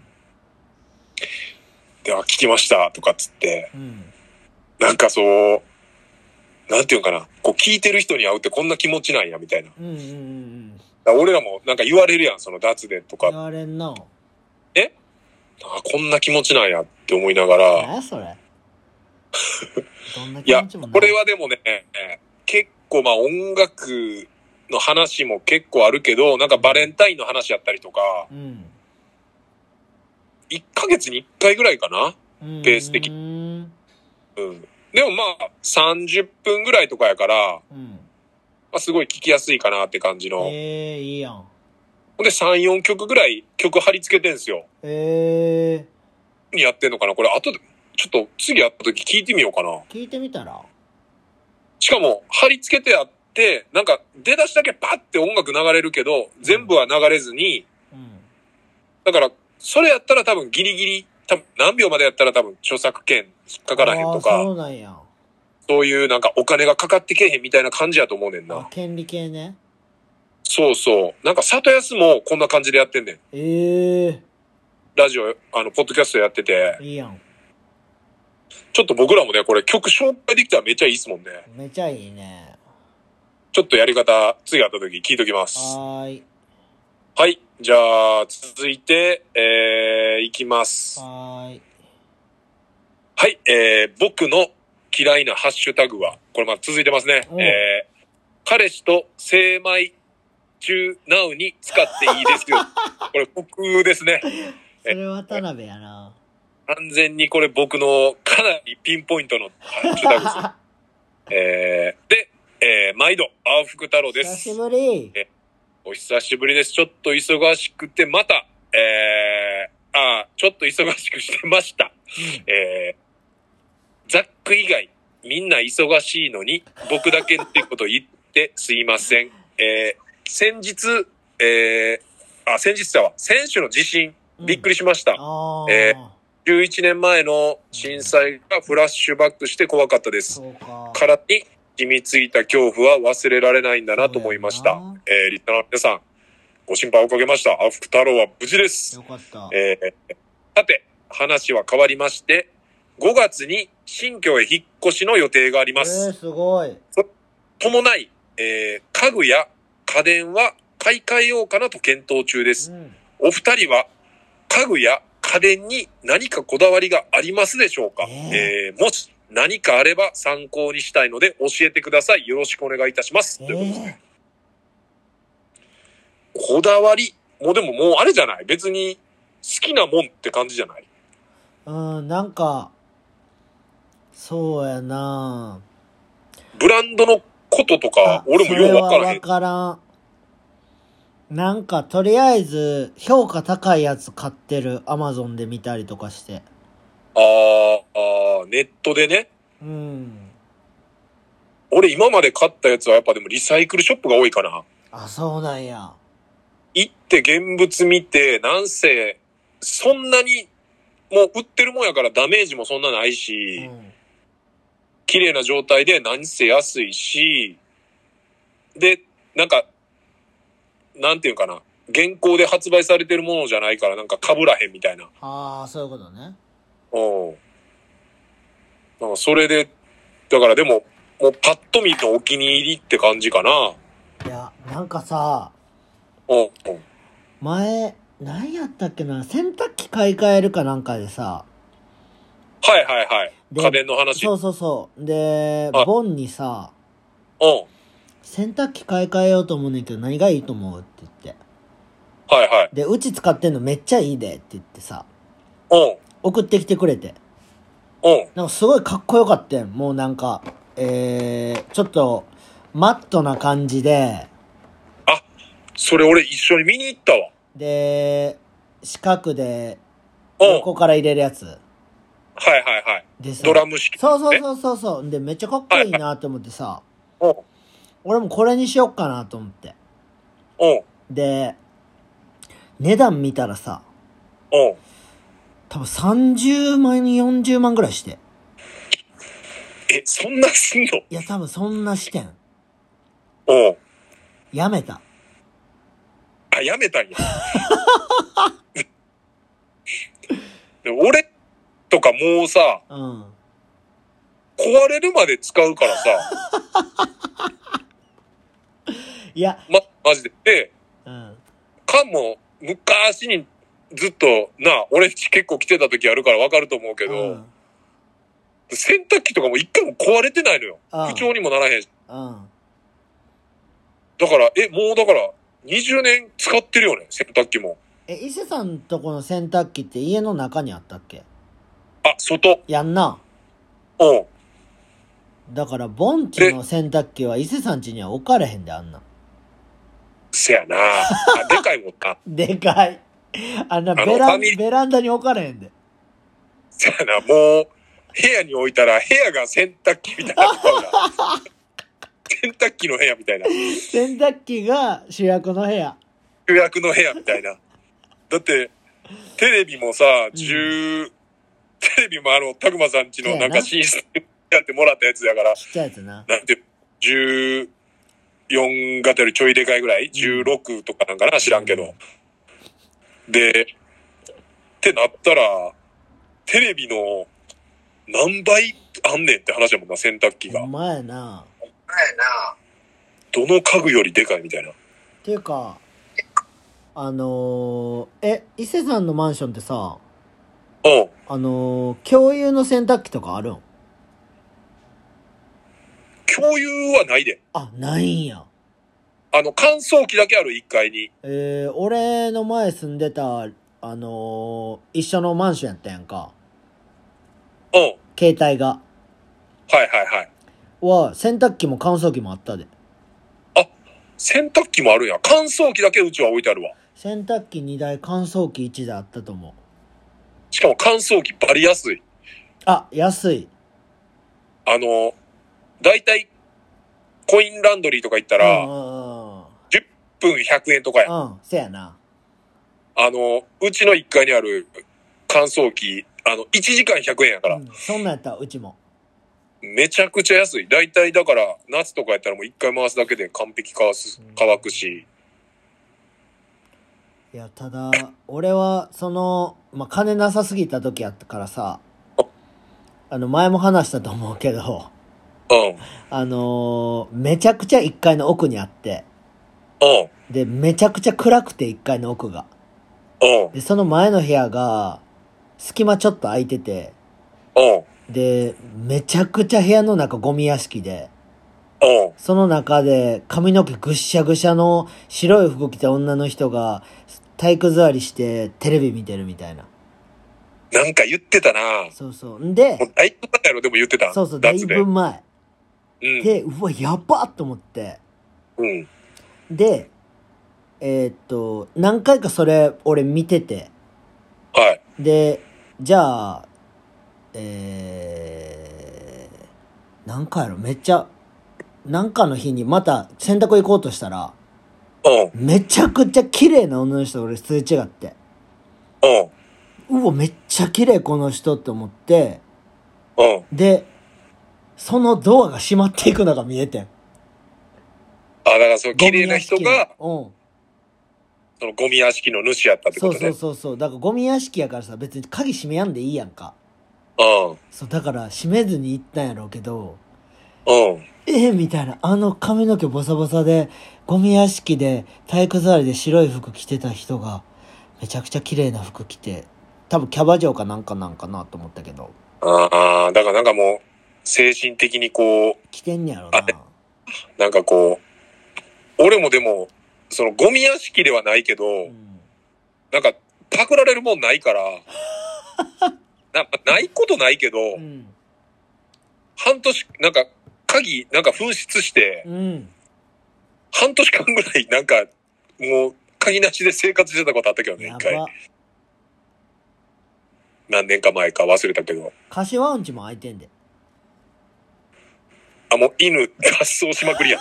[SPEAKER 2] で、あ、聞きました、とかっつって、
[SPEAKER 1] うん。うん。
[SPEAKER 2] なんかそう、なんていうんかな、こう聞いてる人に会うってこんな気持ちなんや、みたいな。
[SPEAKER 1] うんうんうんうん。
[SPEAKER 2] だから俺らもなんか言われるやん、その脱でとか
[SPEAKER 1] 言。われんな。
[SPEAKER 2] あこんな気持ちなんやって思いながら、
[SPEAKER 1] 何や それ。どんない気
[SPEAKER 2] や
[SPEAKER 1] 持ちもな、い
[SPEAKER 2] これはでもね、結構まあ音楽の話も結構あるけど、なんかバレンタインの話やったりとか、
[SPEAKER 1] うん。
[SPEAKER 2] 1ヶ月に1回ぐらいかな
[SPEAKER 1] うん。
[SPEAKER 2] ベース的
[SPEAKER 1] うん。
[SPEAKER 2] うん。でもまあ30分ぐらいとかやから、ま
[SPEAKER 1] うん。
[SPEAKER 2] あ、すごい聞きやすいかなって感じの。ほん
[SPEAKER 1] ええいいやん。
[SPEAKER 2] で3、4曲ぐらい曲貼り付けてんすよ。
[SPEAKER 1] ええ
[SPEAKER 2] にやってんのかなこれ後で、ちょっと次会った時聞いてみようかな。
[SPEAKER 1] 聞いてみたら
[SPEAKER 2] しかも、貼り付けてあって、なんか、出だしだけパッて音楽流れるけど、全部は流れずに、
[SPEAKER 1] うん。
[SPEAKER 2] だから、それやったら多分ギリギリ、多分何秒までやったら多分著作権引っかからへんと
[SPEAKER 1] あーそ
[SPEAKER 2] か、
[SPEAKER 1] うなんや。
[SPEAKER 2] そういうなんかお金がかかってけえへんみたいな感じやと思うねん
[SPEAKER 1] あ
[SPEAKER 2] な、。
[SPEAKER 1] 権利系ね。
[SPEAKER 2] そうそう。なんか、里安もこんな感じでやってんねん。
[SPEAKER 1] ええ
[SPEAKER 2] ラジオ、あの、ポッドキャストやってて、
[SPEAKER 1] いいやん。
[SPEAKER 2] ちょっと僕らもね、これ曲紹介できたらめっちゃいいっすもんね。
[SPEAKER 1] めちゃいいね。
[SPEAKER 2] ちょっとやり方、次会った時聞いときます。
[SPEAKER 1] はーい。
[SPEAKER 2] はい。じゃあ、続いて、えー、いきます。
[SPEAKER 1] はーい。
[SPEAKER 2] はい、えー、僕の嫌いなハッシュタグは、これまあ続いてますね。
[SPEAKER 1] うん
[SPEAKER 2] えー、彼氏と精米中なうに使っていいですよ。これ僕ですね。
[SPEAKER 1] それ渡辺やな。
[SPEAKER 2] 完全にこれ僕のかなりピンポイントのハッシュタグですよ。えー、で、えー、毎度、青福太郎で
[SPEAKER 1] 久し
[SPEAKER 2] す。
[SPEAKER 1] ぶり。
[SPEAKER 2] お久しぶりです。ちょっと忙しくて、また、えー、あーちょっと忙しくしてました。えー、ザック以外、みんな忙しいのに、僕だけってこと言ってすいません。えー、先日、えー、あ、先日だわ。選手の地震、びっく
[SPEAKER 1] り。
[SPEAKER 2] りしました。
[SPEAKER 1] ああ。
[SPEAKER 2] え11年前の震災がフラッシュバックして怖かったです。
[SPEAKER 1] そうか。
[SPEAKER 2] からに染みついた恐怖は忘れられないんだなと思いまし
[SPEAKER 1] そ
[SPEAKER 2] た
[SPEAKER 1] うやな。
[SPEAKER 2] えー、リッターの皆さん、ご心配をかけました。アフク太郎は無事です。
[SPEAKER 1] よかった。
[SPEAKER 2] えーさて、話は変わりまして、5月に新居へ引っ越しの予定があり
[SPEAKER 1] え
[SPEAKER 2] ます。
[SPEAKER 1] ー、すごい。
[SPEAKER 2] 伴い、えー家具や家電は買い替えようかなと検討中です。
[SPEAKER 1] うん。
[SPEAKER 2] お二人は家具や家電に何かこだわりがありますでしょうか、
[SPEAKER 1] え
[SPEAKER 2] えーもし何かあれば参考にしたいので教えてください。よろしくお願いいたします。ということで
[SPEAKER 1] え
[SPEAKER 2] こだわり。もうでももうあれじゃない別に好きなもんって感じじゃない
[SPEAKER 1] えうん、なんか、そうやな
[SPEAKER 2] ブランドのことと
[SPEAKER 1] あ
[SPEAKER 2] か、俺もようわからへん
[SPEAKER 1] それはわ。からん。なんか、とりあえず、評価高いやつ買ってる。アマゾンで見たりとかして。
[SPEAKER 2] あーあー、ネットでね。
[SPEAKER 1] うん。
[SPEAKER 2] 俺今まで買ったやつはやっぱでもリサイクルショップが多いかな。
[SPEAKER 1] あ、そうなんや。
[SPEAKER 2] 行って現物見て、なんせ、そんなに、もう売ってるもんやからダメージもそんなないし、
[SPEAKER 1] うん。
[SPEAKER 2] 綺麗な状態で何せ安いし、で、なんか、なんていうかな、現行で発売されてるものじゃないからなんか被らへんみたいな。
[SPEAKER 1] ああ、そういうことね。
[SPEAKER 2] うん。なんかそれで、だからでも、もうパッと見のお気に入りって感じかな。
[SPEAKER 1] いや、なんかさ、
[SPEAKER 2] うん。うん
[SPEAKER 1] 前、何やったっけな、洗濯機買い替えるかなんかでさ、
[SPEAKER 2] はいはいはい。
[SPEAKER 1] で
[SPEAKER 2] 家電の話。う
[SPEAKER 1] そうそうそう。で
[SPEAKER 2] はい、
[SPEAKER 1] ボンにさ、
[SPEAKER 2] ん。はい
[SPEAKER 1] 洗濯機買い替えようと思うねんけど何がいいと思うって言って。
[SPEAKER 2] はい。
[SPEAKER 1] で、うち使ってんのめっちゃいいでって言ってさ、
[SPEAKER 2] う
[SPEAKER 1] 送ってきてくれて。
[SPEAKER 2] ん。うん。
[SPEAKER 1] なんかすごいかっこよかったん。もうなんか、えー、ちょっと、マットな感じで、
[SPEAKER 2] それ俺一緒に見に行ったわ。
[SPEAKER 1] で、四角で、
[SPEAKER 2] うん。
[SPEAKER 1] 横から入れるやつ。
[SPEAKER 2] はいはいはい。
[SPEAKER 1] でさ
[SPEAKER 2] ドラム式。
[SPEAKER 1] そうそうそうそうそう。で、めっちゃかっこいいなと思ってさ、
[SPEAKER 2] うん。
[SPEAKER 1] 俺もこれにしよっかなと思って。
[SPEAKER 2] うん。
[SPEAKER 1] で、値段見たらさ、
[SPEAKER 2] うん。
[SPEAKER 1] 多分30万、40万ぐらいして。
[SPEAKER 2] え、そんなすんの
[SPEAKER 1] いや、多分そんな視点。
[SPEAKER 2] うん。
[SPEAKER 1] やめた。
[SPEAKER 2] あ、やめたんや。でも俺とかもうさ、
[SPEAKER 1] うん。
[SPEAKER 2] 壊れるまで使うからさ、
[SPEAKER 1] いや、
[SPEAKER 2] ま、マジで。で、
[SPEAKER 1] うん。
[SPEAKER 2] 缶も昔にずっと、な、俺んち結構来てた時あるからわかると思うけど、
[SPEAKER 1] うん。
[SPEAKER 2] 洗濯機とかも一回も壊れてないのよ。
[SPEAKER 1] うん
[SPEAKER 2] 不調にもならへんし。
[SPEAKER 1] うん。
[SPEAKER 2] だから、え、もうだから、20年使ってるよね、洗濯機も。
[SPEAKER 1] え、伊勢さんとこの洗濯機って家の中にあったっけ
[SPEAKER 2] あ、外。
[SPEAKER 1] やんな。
[SPEAKER 2] うん。
[SPEAKER 1] だから、ボンチの洗濯機は伊勢さん家には置かれへんで、あんな。
[SPEAKER 2] せやなあ、でかいもんな。
[SPEAKER 1] でかい。あんな
[SPEAKER 2] あの
[SPEAKER 1] ベラ
[SPEAKER 2] ファ
[SPEAKER 1] ン、
[SPEAKER 2] ミリー
[SPEAKER 1] ベランダに置かれへんで。
[SPEAKER 2] せやな、もう、部屋に置いたら、部屋が洗濯機みたいになったんだ。洗濯機の部屋みたいな。
[SPEAKER 1] 洗濯機が主役の部屋。
[SPEAKER 2] 主役の部屋みたいな。だって、テレビもさ、10、テレビもあの、たくまさんちのなんか
[SPEAKER 1] せ
[SPEAKER 2] 寝室やってもらったやつだから、
[SPEAKER 1] ちっちゃいやつな。
[SPEAKER 2] なんて、14型よりちょいでかいぐらい ?16 とかなんかな知らんけど。で、ってなったら、テレビの何倍あんねんって話やもんな、洗濯機が。
[SPEAKER 1] ほんまやな。
[SPEAKER 2] どの家具よりでかいみたいな。
[SPEAKER 1] っていうか、あのー、え、伊勢さんのマンションってさ、
[SPEAKER 2] うん。
[SPEAKER 1] あのー、共有の洗濯機とかあるん
[SPEAKER 2] 共有はないで。
[SPEAKER 1] あ、ないんや。
[SPEAKER 2] あの、乾燥機だけある、1階に。
[SPEAKER 1] えー、俺の前住んでた、あのー、一緒のマンションやったやんか。
[SPEAKER 2] うん。はい
[SPEAKER 1] 携帯が。
[SPEAKER 2] はいはい。
[SPEAKER 1] は、洗濯機も乾燥機もあったで。
[SPEAKER 2] 洗濯機もあるんや。乾燥機だけうちは置いてあるわ。
[SPEAKER 1] 洗濯機2台、乾燥機1台あったと思う。
[SPEAKER 2] しかも乾燥機バリ安い。
[SPEAKER 1] あ、安い。
[SPEAKER 2] あの、大体、コインランドリーとか行ったら、
[SPEAKER 1] うんうん
[SPEAKER 2] 1分100円とかや。
[SPEAKER 1] うん。うん、せやな。
[SPEAKER 2] あの、うちの1階にある乾燥機、あの、1時間100円やから
[SPEAKER 1] う、ん、そんなんやったらうちも。
[SPEAKER 2] めちゃくちゃ安い。大体だから、夏とかやったらもう1回回すだけで完璧乾す
[SPEAKER 1] うん、
[SPEAKER 2] 乾くし。
[SPEAKER 1] いや、ただ、俺は、その、まあ、金なさすぎた時やったからさ、あの、前も話したと思うけど、
[SPEAKER 2] うん。
[SPEAKER 1] あのーめちゃくちゃ1階の奥にあって、
[SPEAKER 2] うん。
[SPEAKER 1] で、めちゃくちゃ暗くて、1階の奥が。
[SPEAKER 2] うん。
[SPEAKER 1] で、その前の部屋が、隙間ちょっと空いてて、
[SPEAKER 2] うん。
[SPEAKER 1] で、めちゃくちゃ部屋の中ゴミ屋敷で、
[SPEAKER 2] うん。
[SPEAKER 1] その中で髪の毛ぐっしゃぐしゃの白い服着た女の人が体育座りしてテレビ見てるみたいな。
[SPEAKER 2] なんか言ってたな
[SPEAKER 1] そうそう。ん
[SPEAKER 2] も
[SPEAKER 1] で、
[SPEAKER 2] うだいぶ前やろ、でも言ってた。
[SPEAKER 1] そうそう、だい
[SPEAKER 2] 夏で。う
[SPEAKER 1] ぶ
[SPEAKER 2] ん。
[SPEAKER 1] 前。で、うわ、やばっと思って。
[SPEAKER 2] うん。
[SPEAKER 1] で、えーっと、何回かそれ俺見てて。
[SPEAKER 2] はい。
[SPEAKER 1] で、じゃあ、えー、何回やろめっちゃ、なんかの日にまた洗濯行こうとしたら、
[SPEAKER 2] うん。
[SPEAKER 1] めちゃくちゃ綺麗な女の人と俺すれ違って。
[SPEAKER 2] うん。
[SPEAKER 1] うわ、めっちゃ綺麗この人って思って、
[SPEAKER 2] うん。
[SPEAKER 1] で、そのドアが閉まっていくのが見えてん。
[SPEAKER 2] あ、だからその綺麗な人
[SPEAKER 1] ゴミ屋
[SPEAKER 2] が
[SPEAKER 1] 敷、の
[SPEAKER 2] そのゴミ屋敷の主やった
[SPEAKER 1] うん。
[SPEAKER 2] って
[SPEAKER 1] そ
[SPEAKER 2] こ
[SPEAKER 1] う
[SPEAKER 2] と
[SPEAKER 1] そ
[SPEAKER 2] ね。
[SPEAKER 1] うそうそう。だからゴミ屋敷やからさ、別に鍵閉めやんでいいやんか。そう、だから閉めずに行ったんやろうけど、
[SPEAKER 2] うん。うん。
[SPEAKER 1] ええみたいな。あの髪の毛ボサボサで、ゴミ屋敷で体育座りで白い服着てた人が、めちゃくちゃ綺麗な服着て、多分キャバ嬢かなんかなんかなと思ったけど、
[SPEAKER 2] ああ、だからなんかもう、精神的にこう、
[SPEAKER 1] 着てんねやろな
[SPEAKER 2] あ。れなんかこう、俺もでも、そのゴミ屋敷ではないけど、
[SPEAKER 1] うん
[SPEAKER 2] なんか、パクられるもんな いから、なないことないけど、
[SPEAKER 1] うん。
[SPEAKER 2] 半年、なんか、鍵、なんか紛失して、
[SPEAKER 1] うん。
[SPEAKER 2] 半年間ぐらい、なんか、もう、鍵なしで生活してたことあったけどね、
[SPEAKER 1] や
[SPEAKER 2] 一
[SPEAKER 1] ば
[SPEAKER 2] 回。。何年か前か忘れたけど。
[SPEAKER 1] 柏うんちも開いてんで。
[SPEAKER 2] あ、もう犬、脱走しま くりやん。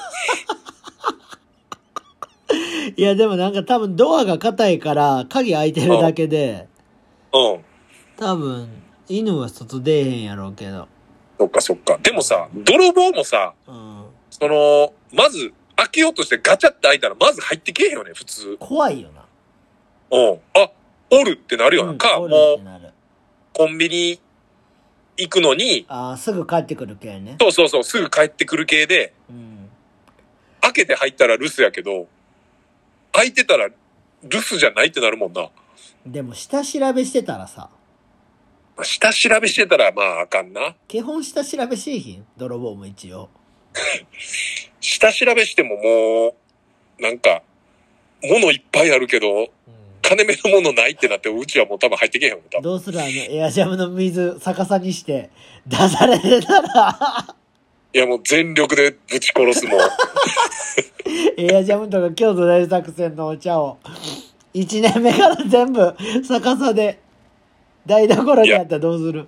[SPEAKER 1] いや、でもなんか多分ドアが硬いから、鍵開いてるだけで、
[SPEAKER 2] うん。
[SPEAKER 1] 多分、犬は外出えへんやろうけど。
[SPEAKER 2] そっかそっか。でもさ、泥棒もさ、
[SPEAKER 1] うん。
[SPEAKER 2] その、まず、開けようとしてガチャって開いたら、まず入ってけえへんよね、普通。
[SPEAKER 1] 怖いよな。
[SPEAKER 2] うん。あ、おるってなるよな。
[SPEAKER 1] うん
[SPEAKER 2] か、
[SPEAKER 1] おるっ
[SPEAKER 2] も
[SPEAKER 1] て
[SPEAKER 2] う、
[SPEAKER 1] なる。
[SPEAKER 2] コンビニ行くのに、
[SPEAKER 1] ああ、すぐ帰ってくる系ね。
[SPEAKER 2] そうそうそう、すぐ帰ってくる系で、
[SPEAKER 1] うん。
[SPEAKER 2] 開けて入ったら留守やけど、開いてたら留守じゃないってなるもんな。
[SPEAKER 1] でも、下調べしてたらさ、
[SPEAKER 2] まあ下調べしてたら、まあ、あかんな。
[SPEAKER 1] 基本下調べしいひん泥棒も一応。
[SPEAKER 2] 下調べしてももう、なんか、物いっぱいあるけど、
[SPEAKER 1] うん。
[SPEAKER 2] 金目のものないってなって、うちはもう多分入ってけへんよ、多分。
[SPEAKER 1] どうするあの、エアジャムの水逆さにして、出されてたら、
[SPEAKER 2] いや、もう全力でぶち殺すもん。
[SPEAKER 1] エアジャムとか京都大作戦のお茶を、1年目から全部逆さで、台所にあったらどうする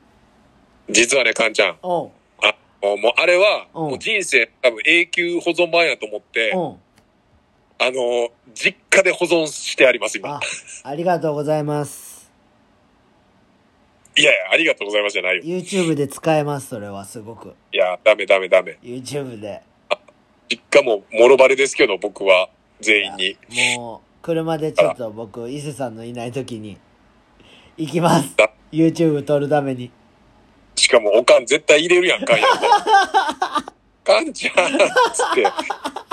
[SPEAKER 2] 実はね、かんちゃん。
[SPEAKER 1] おう、
[SPEAKER 2] あ、もうもうあれは、
[SPEAKER 1] うん
[SPEAKER 2] もう人生多分永久保存版やと思って、
[SPEAKER 1] おう。
[SPEAKER 2] あのー、実家で保存してあります、今
[SPEAKER 1] あ。、ありがとうございます。
[SPEAKER 2] いやいや、ありがとうございますじゃないよ。
[SPEAKER 1] YouTube で使えます、それはすごく。
[SPEAKER 2] いや、ダメダメダメ。
[SPEAKER 1] YouTube で。
[SPEAKER 2] 実家ももろバレですけど、僕は、全員に。
[SPEAKER 1] もう、車でちょっと僕、伊勢さんのいない時に、行きます
[SPEAKER 2] だ。
[SPEAKER 1] YouTube 撮るために。
[SPEAKER 2] しかも、おかん絶対入れるやん、かんや ん。かんちゃんっつって、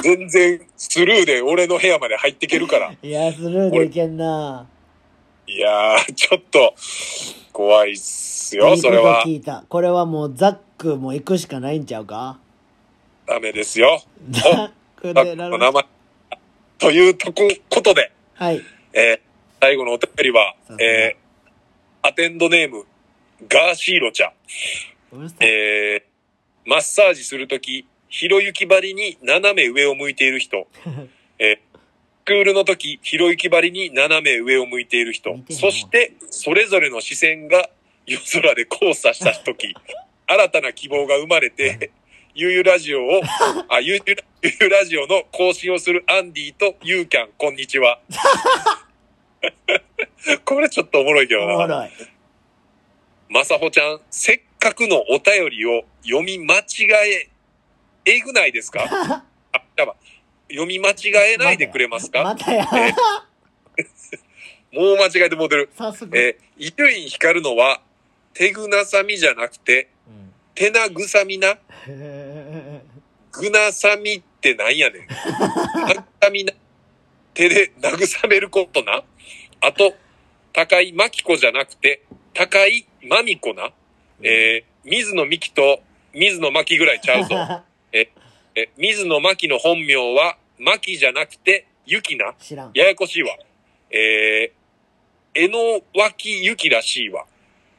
[SPEAKER 2] 全然スルーで俺の部屋まで入ってける から。
[SPEAKER 1] いや、スルーでいけんな。
[SPEAKER 2] いやー、ちょっと、怖いっす
[SPEAKER 1] い
[SPEAKER 2] よ、
[SPEAKER 1] い
[SPEAKER 2] そ
[SPEAKER 1] こと
[SPEAKER 2] れは。
[SPEAKER 1] 聞いた。これはもう、ザックも行くしかないんちゃうか
[SPEAKER 2] ダメですよ。
[SPEAKER 1] ザック
[SPEAKER 2] あ
[SPEAKER 1] でな
[SPEAKER 2] お
[SPEAKER 1] る
[SPEAKER 2] 名前。というとこ、ことで。
[SPEAKER 1] はい。
[SPEAKER 2] えー最後のお便りは
[SPEAKER 1] さす、が
[SPEAKER 2] えーアテンドネーム、ガーシーロちゃん。
[SPEAKER 1] うるさい。
[SPEAKER 2] えーマッサージするとき、ひろゆきばりに斜め上を向いてい る人。えースクールの時、ひろゆきばりに斜め上を向いている人
[SPEAKER 1] 見。てへんわ
[SPEAKER 2] そして、それぞれの視線が夜空で交差した 時、新たな希望が生まれて、ゆうゆラジオを、あ、 ゆうゆゆうゆラジオの更新をするアンディとゆうきゃん、こんに ちは。これちょっとおもろいけ
[SPEAKER 1] お
[SPEAKER 2] どな。
[SPEAKER 1] もろい。
[SPEAKER 2] まさほちゃん、せっかくのお便りを読み間違え、えぐないですかあ、やば。読み間違えないでくれますか、
[SPEAKER 1] またや。
[SPEAKER 2] えもう間違えてもうてる。
[SPEAKER 1] 早速。
[SPEAKER 2] えー、伊集院光るのは、手ぐなさみじゃなくて、
[SPEAKER 1] うん
[SPEAKER 2] 手なぐさみな、ぐなさみってなんやねん。なぐさみな、手で慰めることな。あと、高井真紀子じゃなくて、高井真美子な。えー、水野美紀と水野真紀ぐらいちゃうぞ。え、水野真紀の本名は、真紀じゃなくて、ゆきな。
[SPEAKER 1] 知らん。
[SPEAKER 2] ややこしいわ。えー、江の脇ゆきらしいわ。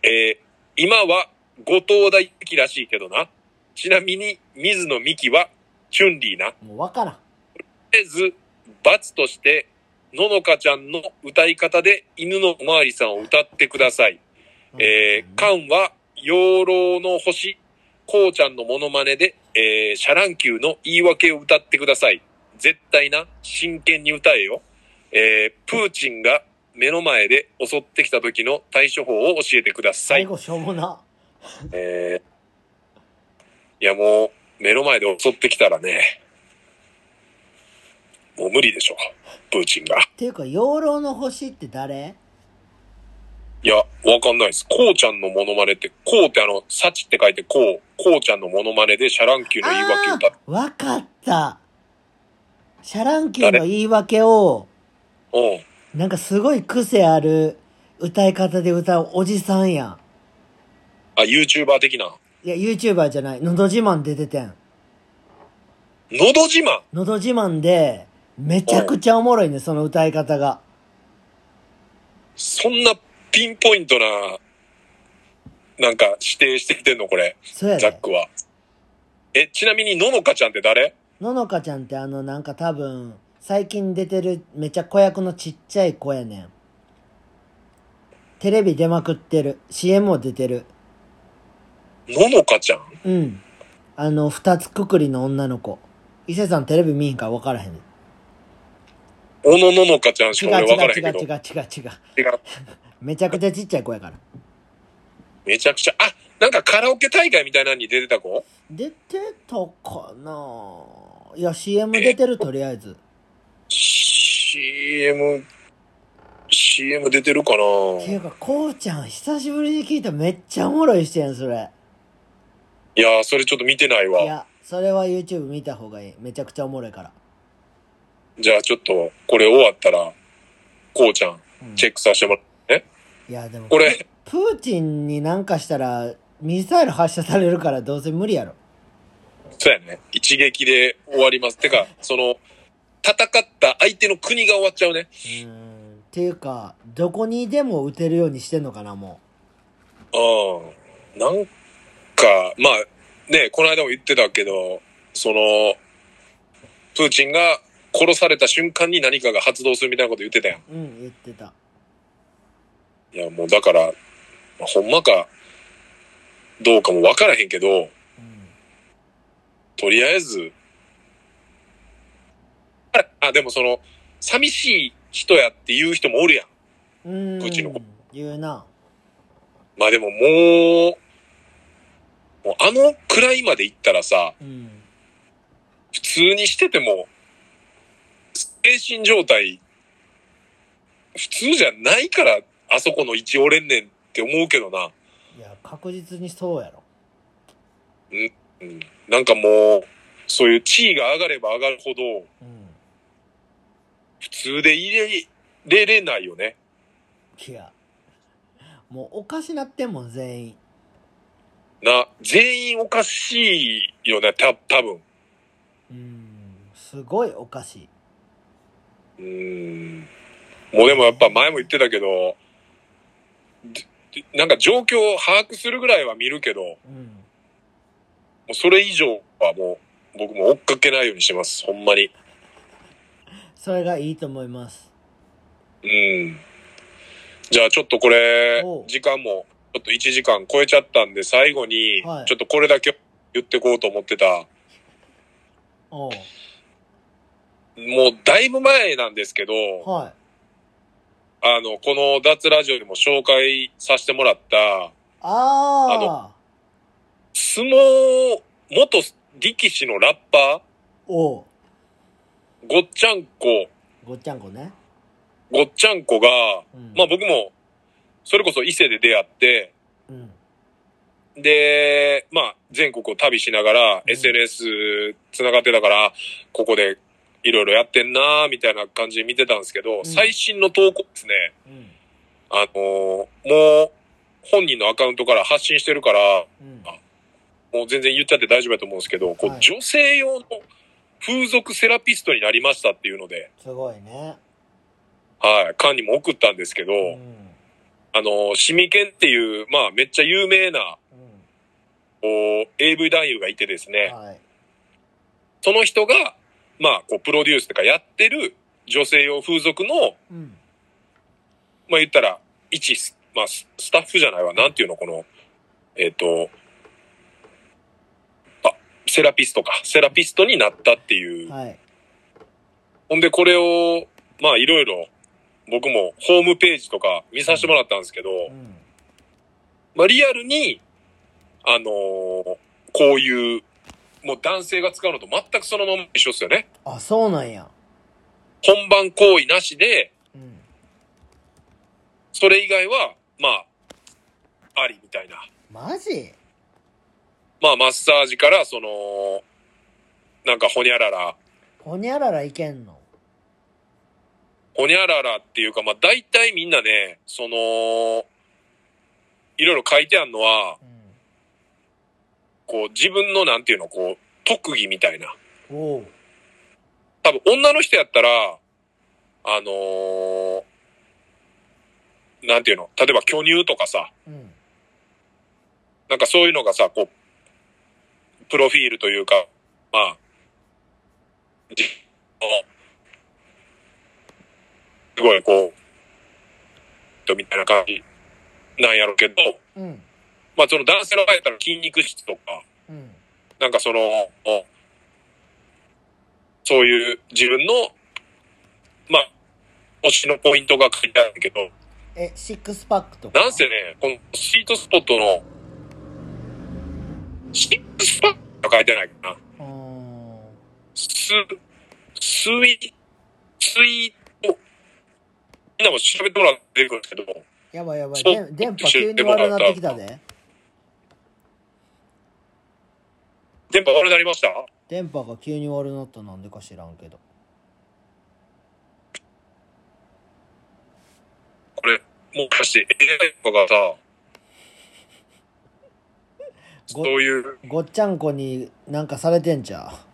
[SPEAKER 2] えー、今は後藤田ゆきらしいけどな。ちなみに、水野美紀は、チュンリーな。と
[SPEAKER 1] もうわからん。
[SPEAKER 2] りあえず、罰として、ののかちゃんの歌い方で犬のおまわりさんを歌ってください。えー、カンは、養老の星、こうちゃんのモノマネで、えー、シャランキューの言い訳を歌ってください。絶対な、真剣に歌えよ。えー、プーチンが目の前で襲ってきた時の対処法を教えてくださ
[SPEAKER 1] 最
[SPEAKER 2] い。
[SPEAKER 1] 後しょうもな。
[SPEAKER 2] えー、いやもう、目の前で襲ってきたらね、もう無理でしょ。プーチンが。
[SPEAKER 1] っていうか、養老の星って誰
[SPEAKER 2] いや、わかんないです。こうちゃんのモノマネって、こうってあの、サチって書いてこう、こうちゃんのモノマネでシャランキューの言い訳歌っ
[SPEAKER 1] わかった。シャランキューの言い訳を、
[SPEAKER 2] うん。
[SPEAKER 1] なんかすごい癖ある歌い方で歌うおじさんや
[SPEAKER 2] あ、YouTuber 的な。
[SPEAKER 1] ん。いや、YouTuber じゃない。のど自慢出ててん。
[SPEAKER 2] のど自慢
[SPEAKER 1] のど自慢で、めちゃくちゃおもろいね、その歌い方が。
[SPEAKER 2] そんなピンポイントな、なんか指定してきてんのこれ、
[SPEAKER 1] そうや
[SPEAKER 2] ザッ
[SPEAKER 1] で。
[SPEAKER 2] クは。え、ちなみに、ののかちゃんって誰
[SPEAKER 1] ののかちゃんってあの、なんか多分、最近出てるめちゃ子役のちっちゃい子やねん。テレビ出まくってる。CM も出てる。
[SPEAKER 2] ののかちゃん
[SPEAKER 1] うん。あの、二つくくりの女の子。伊勢さんテレビ見ひんから分からへんねん。
[SPEAKER 2] 小野ののかちゃんし
[SPEAKER 1] 違
[SPEAKER 2] か
[SPEAKER 1] う違
[SPEAKER 2] 俺わ
[SPEAKER 1] う
[SPEAKER 2] からへん
[SPEAKER 1] 違
[SPEAKER 2] け
[SPEAKER 1] う
[SPEAKER 2] ど。
[SPEAKER 1] 違
[SPEAKER 2] 違
[SPEAKER 1] う違う違う。
[SPEAKER 2] う。
[SPEAKER 1] めちゃくちゃちっちゃい子やから。
[SPEAKER 2] めちゃくちゃ、あ、なんかカラオケ大会みたいなのに出てた子
[SPEAKER 1] 出てたかないや、CM 出てるとりあえず。
[SPEAKER 2] ?CM、CM 出てるかな
[SPEAKER 1] っていうか、こうちゃん久しぶりに聞いためっちゃおもろいしてん、それ。
[SPEAKER 2] いやー、それちょっと見てない
[SPEAKER 1] い
[SPEAKER 2] わ。
[SPEAKER 1] や、それは YouTube 見た方がいい。めちゃくちゃおもろいから。
[SPEAKER 2] じゃあちょっと、これ終わったら、こうちゃん、
[SPEAKER 1] うん
[SPEAKER 2] チェックさせてもらってね。
[SPEAKER 1] いや、でも、
[SPEAKER 2] これ、
[SPEAKER 1] プーチンになんかしたら、ミサイル発射されるからどうせ無理やろ。
[SPEAKER 2] そうやね。一撃で終わります。てか、その、戦った相手の国が終わっちゃうね。
[SPEAKER 1] うーん。っていうか、どこにでも撃てるようにしてんのかな、も
[SPEAKER 2] うん。なんか、まあ、ね、この間も言ってたけど、その、プーチンが殺された瞬間に何かが発動するみたいなこと言ってたやん。
[SPEAKER 1] う。うん、言ってた。
[SPEAKER 2] いや、もうだから、ほんまか、どうかもわからへんけど、
[SPEAKER 1] うん。
[SPEAKER 2] とりあえず、あれあ、でもその、寂しい人やって言う人もおるやん。
[SPEAKER 1] うーん。
[SPEAKER 2] プーチンのこ
[SPEAKER 1] 言うな。
[SPEAKER 2] まあでももう、もうあのくらいまで行ったらさ、
[SPEAKER 1] うん。
[SPEAKER 2] 普通にしてても、精神状態、普通じゃないから、あそこの一折れんねんって思うけどな。
[SPEAKER 1] いや、確実にそうやろ。
[SPEAKER 2] うん、なんかもう、そういう地位が上がれば上がるほど、
[SPEAKER 1] うん。
[SPEAKER 2] 普通で入れれれないよね。
[SPEAKER 1] いや、もうおかしなってんもん、全員。
[SPEAKER 2] な、全員おかしいよね、た、多分
[SPEAKER 1] うん。すごいおかしい。
[SPEAKER 2] うーんもうでもやっぱ前も言ってたけど、ででなんか状況を把握するぐらいは見るけど、も
[SPEAKER 1] うん。
[SPEAKER 2] うそれ以上はもう僕も追っかけないようにしてます、ほんまに。
[SPEAKER 1] それがいいと思います。
[SPEAKER 2] うん。じゃあちょっとこれ
[SPEAKER 1] おう、
[SPEAKER 2] 時間もちょっと1時間超えちゃったんで、最後に
[SPEAKER 1] はい、
[SPEAKER 2] ちょっとこれだけ言ってこうと思ってた。
[SPEAKER 1] おう
[SPEAKER 2] もうだいぶ前なんですけど、
[SPEAKER 1] は
[SPEAKER 2] あの、この脱ラジオでも紹介させてもらった、
[SPEAKER 1] い。ああ
[SPEAKER 2] 相撲、元力士のラッパ
[SPEAKER 1] おう
[SPEAKER 2] ー、ごっちゃんこ、
[SPEAKER 1] ごっちゃんこね。
[SPEAKER 2] ごっちゃんこが、
[SPEAKER 1] うん。
[SPEAKER 2] まあ僕も、それこそ伊勢で出会って、
[SPEAKER 1] うん。
[SPEAKER 2] で、まあ全国を旅しながら
[SPEAKER 1] ん
[SPEAKER 2] SNS 繋がってたから、ここでいろいろやってんなーみたいな感じで見てたんですけど、
[SPEAKER 1] ん
[SPEAKER 2] 最新の投稿ですね、
[SPEAKER 1] うん。
[SPEAKER 2] あのーもう、本人のアカウントから発信してるから、
[SPEAKER 1] うん。
[SPEAKER 2] もう全然言っちゃって大丈夫だと思うんですけど、こう
[SPEAKER 1] はい
[SPEAKER 2] 女性用の風俗セラピストになりましたっていうので、
[SPEAKER 1] すごいね。
[SPEAKER 2] はい、缶にも送ったんですけど、
[SPEAKER 1] うん。うん。
[SPEAKER 2] あのー、シミケンっていう、まあ、めっちゃ有名な、こう、AV 男優がいてですね、
[SPEAKER 1] はい。
[SPEAKER 2] その人が、まあ、こう、プロデュースとかやってる女性用風俗の、
[SPEAKER 1] うん。
[SPEAKER 2] まあ言ったら、一ス、まあススタッフじゃないわ、なんていうの、この、えっ、と、あ、セラピストか、セラピストになったっていう。
[SPEAKER 1] はい。
[SPEAKER 2] ほんで、これを、まあいろいろ、僕もホームページとか見させてもらったんですけど、
[SPEAKER 1] うん。
[SPEAKER 2] まあリアルに、あのーこういう、もう男性が使うのと全くそのまま一緒ですよね。
[SPEAKER 1] あ、そうなんや。
[SPEAKER 2] 本番行為なしで、
[SPEAKER 1] うん。
[SPEAKER 2] それ以外は、まあ、ありみたいな。
[SPEAKER 1] マジ
[SPEAKER 2] まあ、マッサージから、その、なんか、ほにゃらら、
[SPEAKER 1] ほにゃららいけんの
[SPEAKER 2] ほにゃららっていうか、まあ、大体みんなね、その、いろいろ書いてあるのは、
[SPEAKER 1] う
[SPEAKER 2] こう、自分の、なんていうの、こう、特技みたいな。
[SPEAKER 1] ん。おう。
[SPEAKER 2] 多分、女の人やったら、あのーなんていうの、例えば、巨乳とかさ、
[SPEAKER 1] うん。
[SPEAKER 2] なんかそういうのがさ、こう、プロフィールというか、まあ、じすごいこう、みたいな感じなんやろうけど、
[SPEAKER 1] うん。
[SPEAKER 2] まあその男性の場合やったら筋肉質とか、
[SPEAKER 1] うん。
[SPEAKER 2] なんかその、おそういう自分の、まあ、推しのポイントが書いてあるんだけど、
[SPEAKER 1] え、シックスパックとか。
[SPEAKER 2] なんせね、このシートスポットの、シックスパックは書いてないかな。
[SPEAKER 1] うーん。
[SPEAKER 2] す、スイ、スイート、みんなも調べてもらって出てくるんですけど、
[SPEAKER 1] やばいやばい。
[SPEAKER 2] そう
[SPEAKER 1] で電波急に悪なってきたで。
[SPEAKER 2] 電波悪なりました
[SPEAKER 1] 電波が急に悪なったなんでか知らんけど。
[SPEAKER 2] これ、もしかして AI とかがさ、そ
[SPEAKER 1] ご
[SPEAKER 2] ういう、
[SPEAKER 1] ごっちゃんこになんかされてんちゃう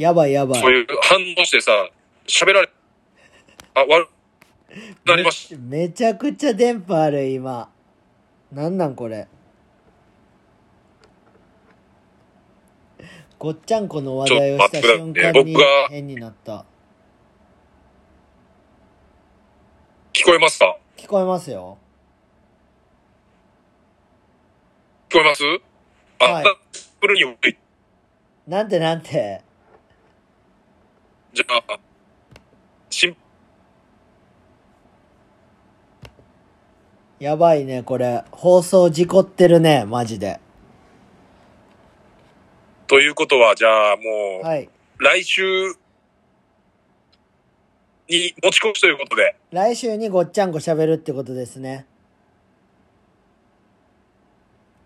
[SPEAKER 1] やばいやばい
[SPEAKER 2] そういう反応してさ、喋られ、あ、悪、なりまし
[SPEAKER 1] めめちゃくちゃ電波ある今なんなんこれごっちゃんこの話題をした
[SPEAKER 2] ちょっと待
[SPEAKER 1] 瞬
[SPEAKER 2] って
[SPEAKER 1] 間
[SPEAKER 2] 僕
[SPEAKER 1] に
[SPEAKER 2] が
[SPEAKER 1] 変になった
[SPEAKER 2] 聞こえますか
[SPEAKER 1] 聞こえますよ
[SPEAKER 2] 聞こえますあ、
[SPEAKER 1] はい
[SPEAKER 2] プルにも
[SPEAKER 1] なんてなんて
[SPEAKER 2] じゃあ、しん、
[SPEAKER 1] やばいねこれ放送事故ってるねマジで
[SPEAKER 2] ということは、じゃあもう、
[SPEAKER 1] はい
[SPEAKER 2] 来週に持ち越しということで、
[SPEAKER 1] 来週にごっちゃんこ喋るってことですね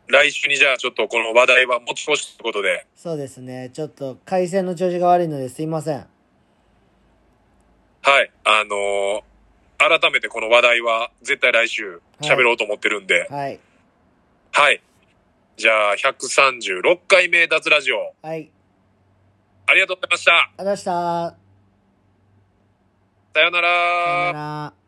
[SPEAKER 2] 来週にじゃあちょっとこの話題は持ち越しということで、
[SPEAKER 1] そうですねちょっと回線の調子が悪いのですいません
[SPEAKER 2] はい、あのー改めてこの話題は絶対来週喋ろうと思ってるんで、
[SPEAKER 1] はい
[SPEAKER 2] はい。じゃあ、136回目脱ラジオ、
[SPEAKER 1] はい
[SPEAKER 2] ありがとうございました。
[SPEAKER 1] ありがとうございました
[SPEAKER 2] さようなら
[SPEAKER 1] さよなら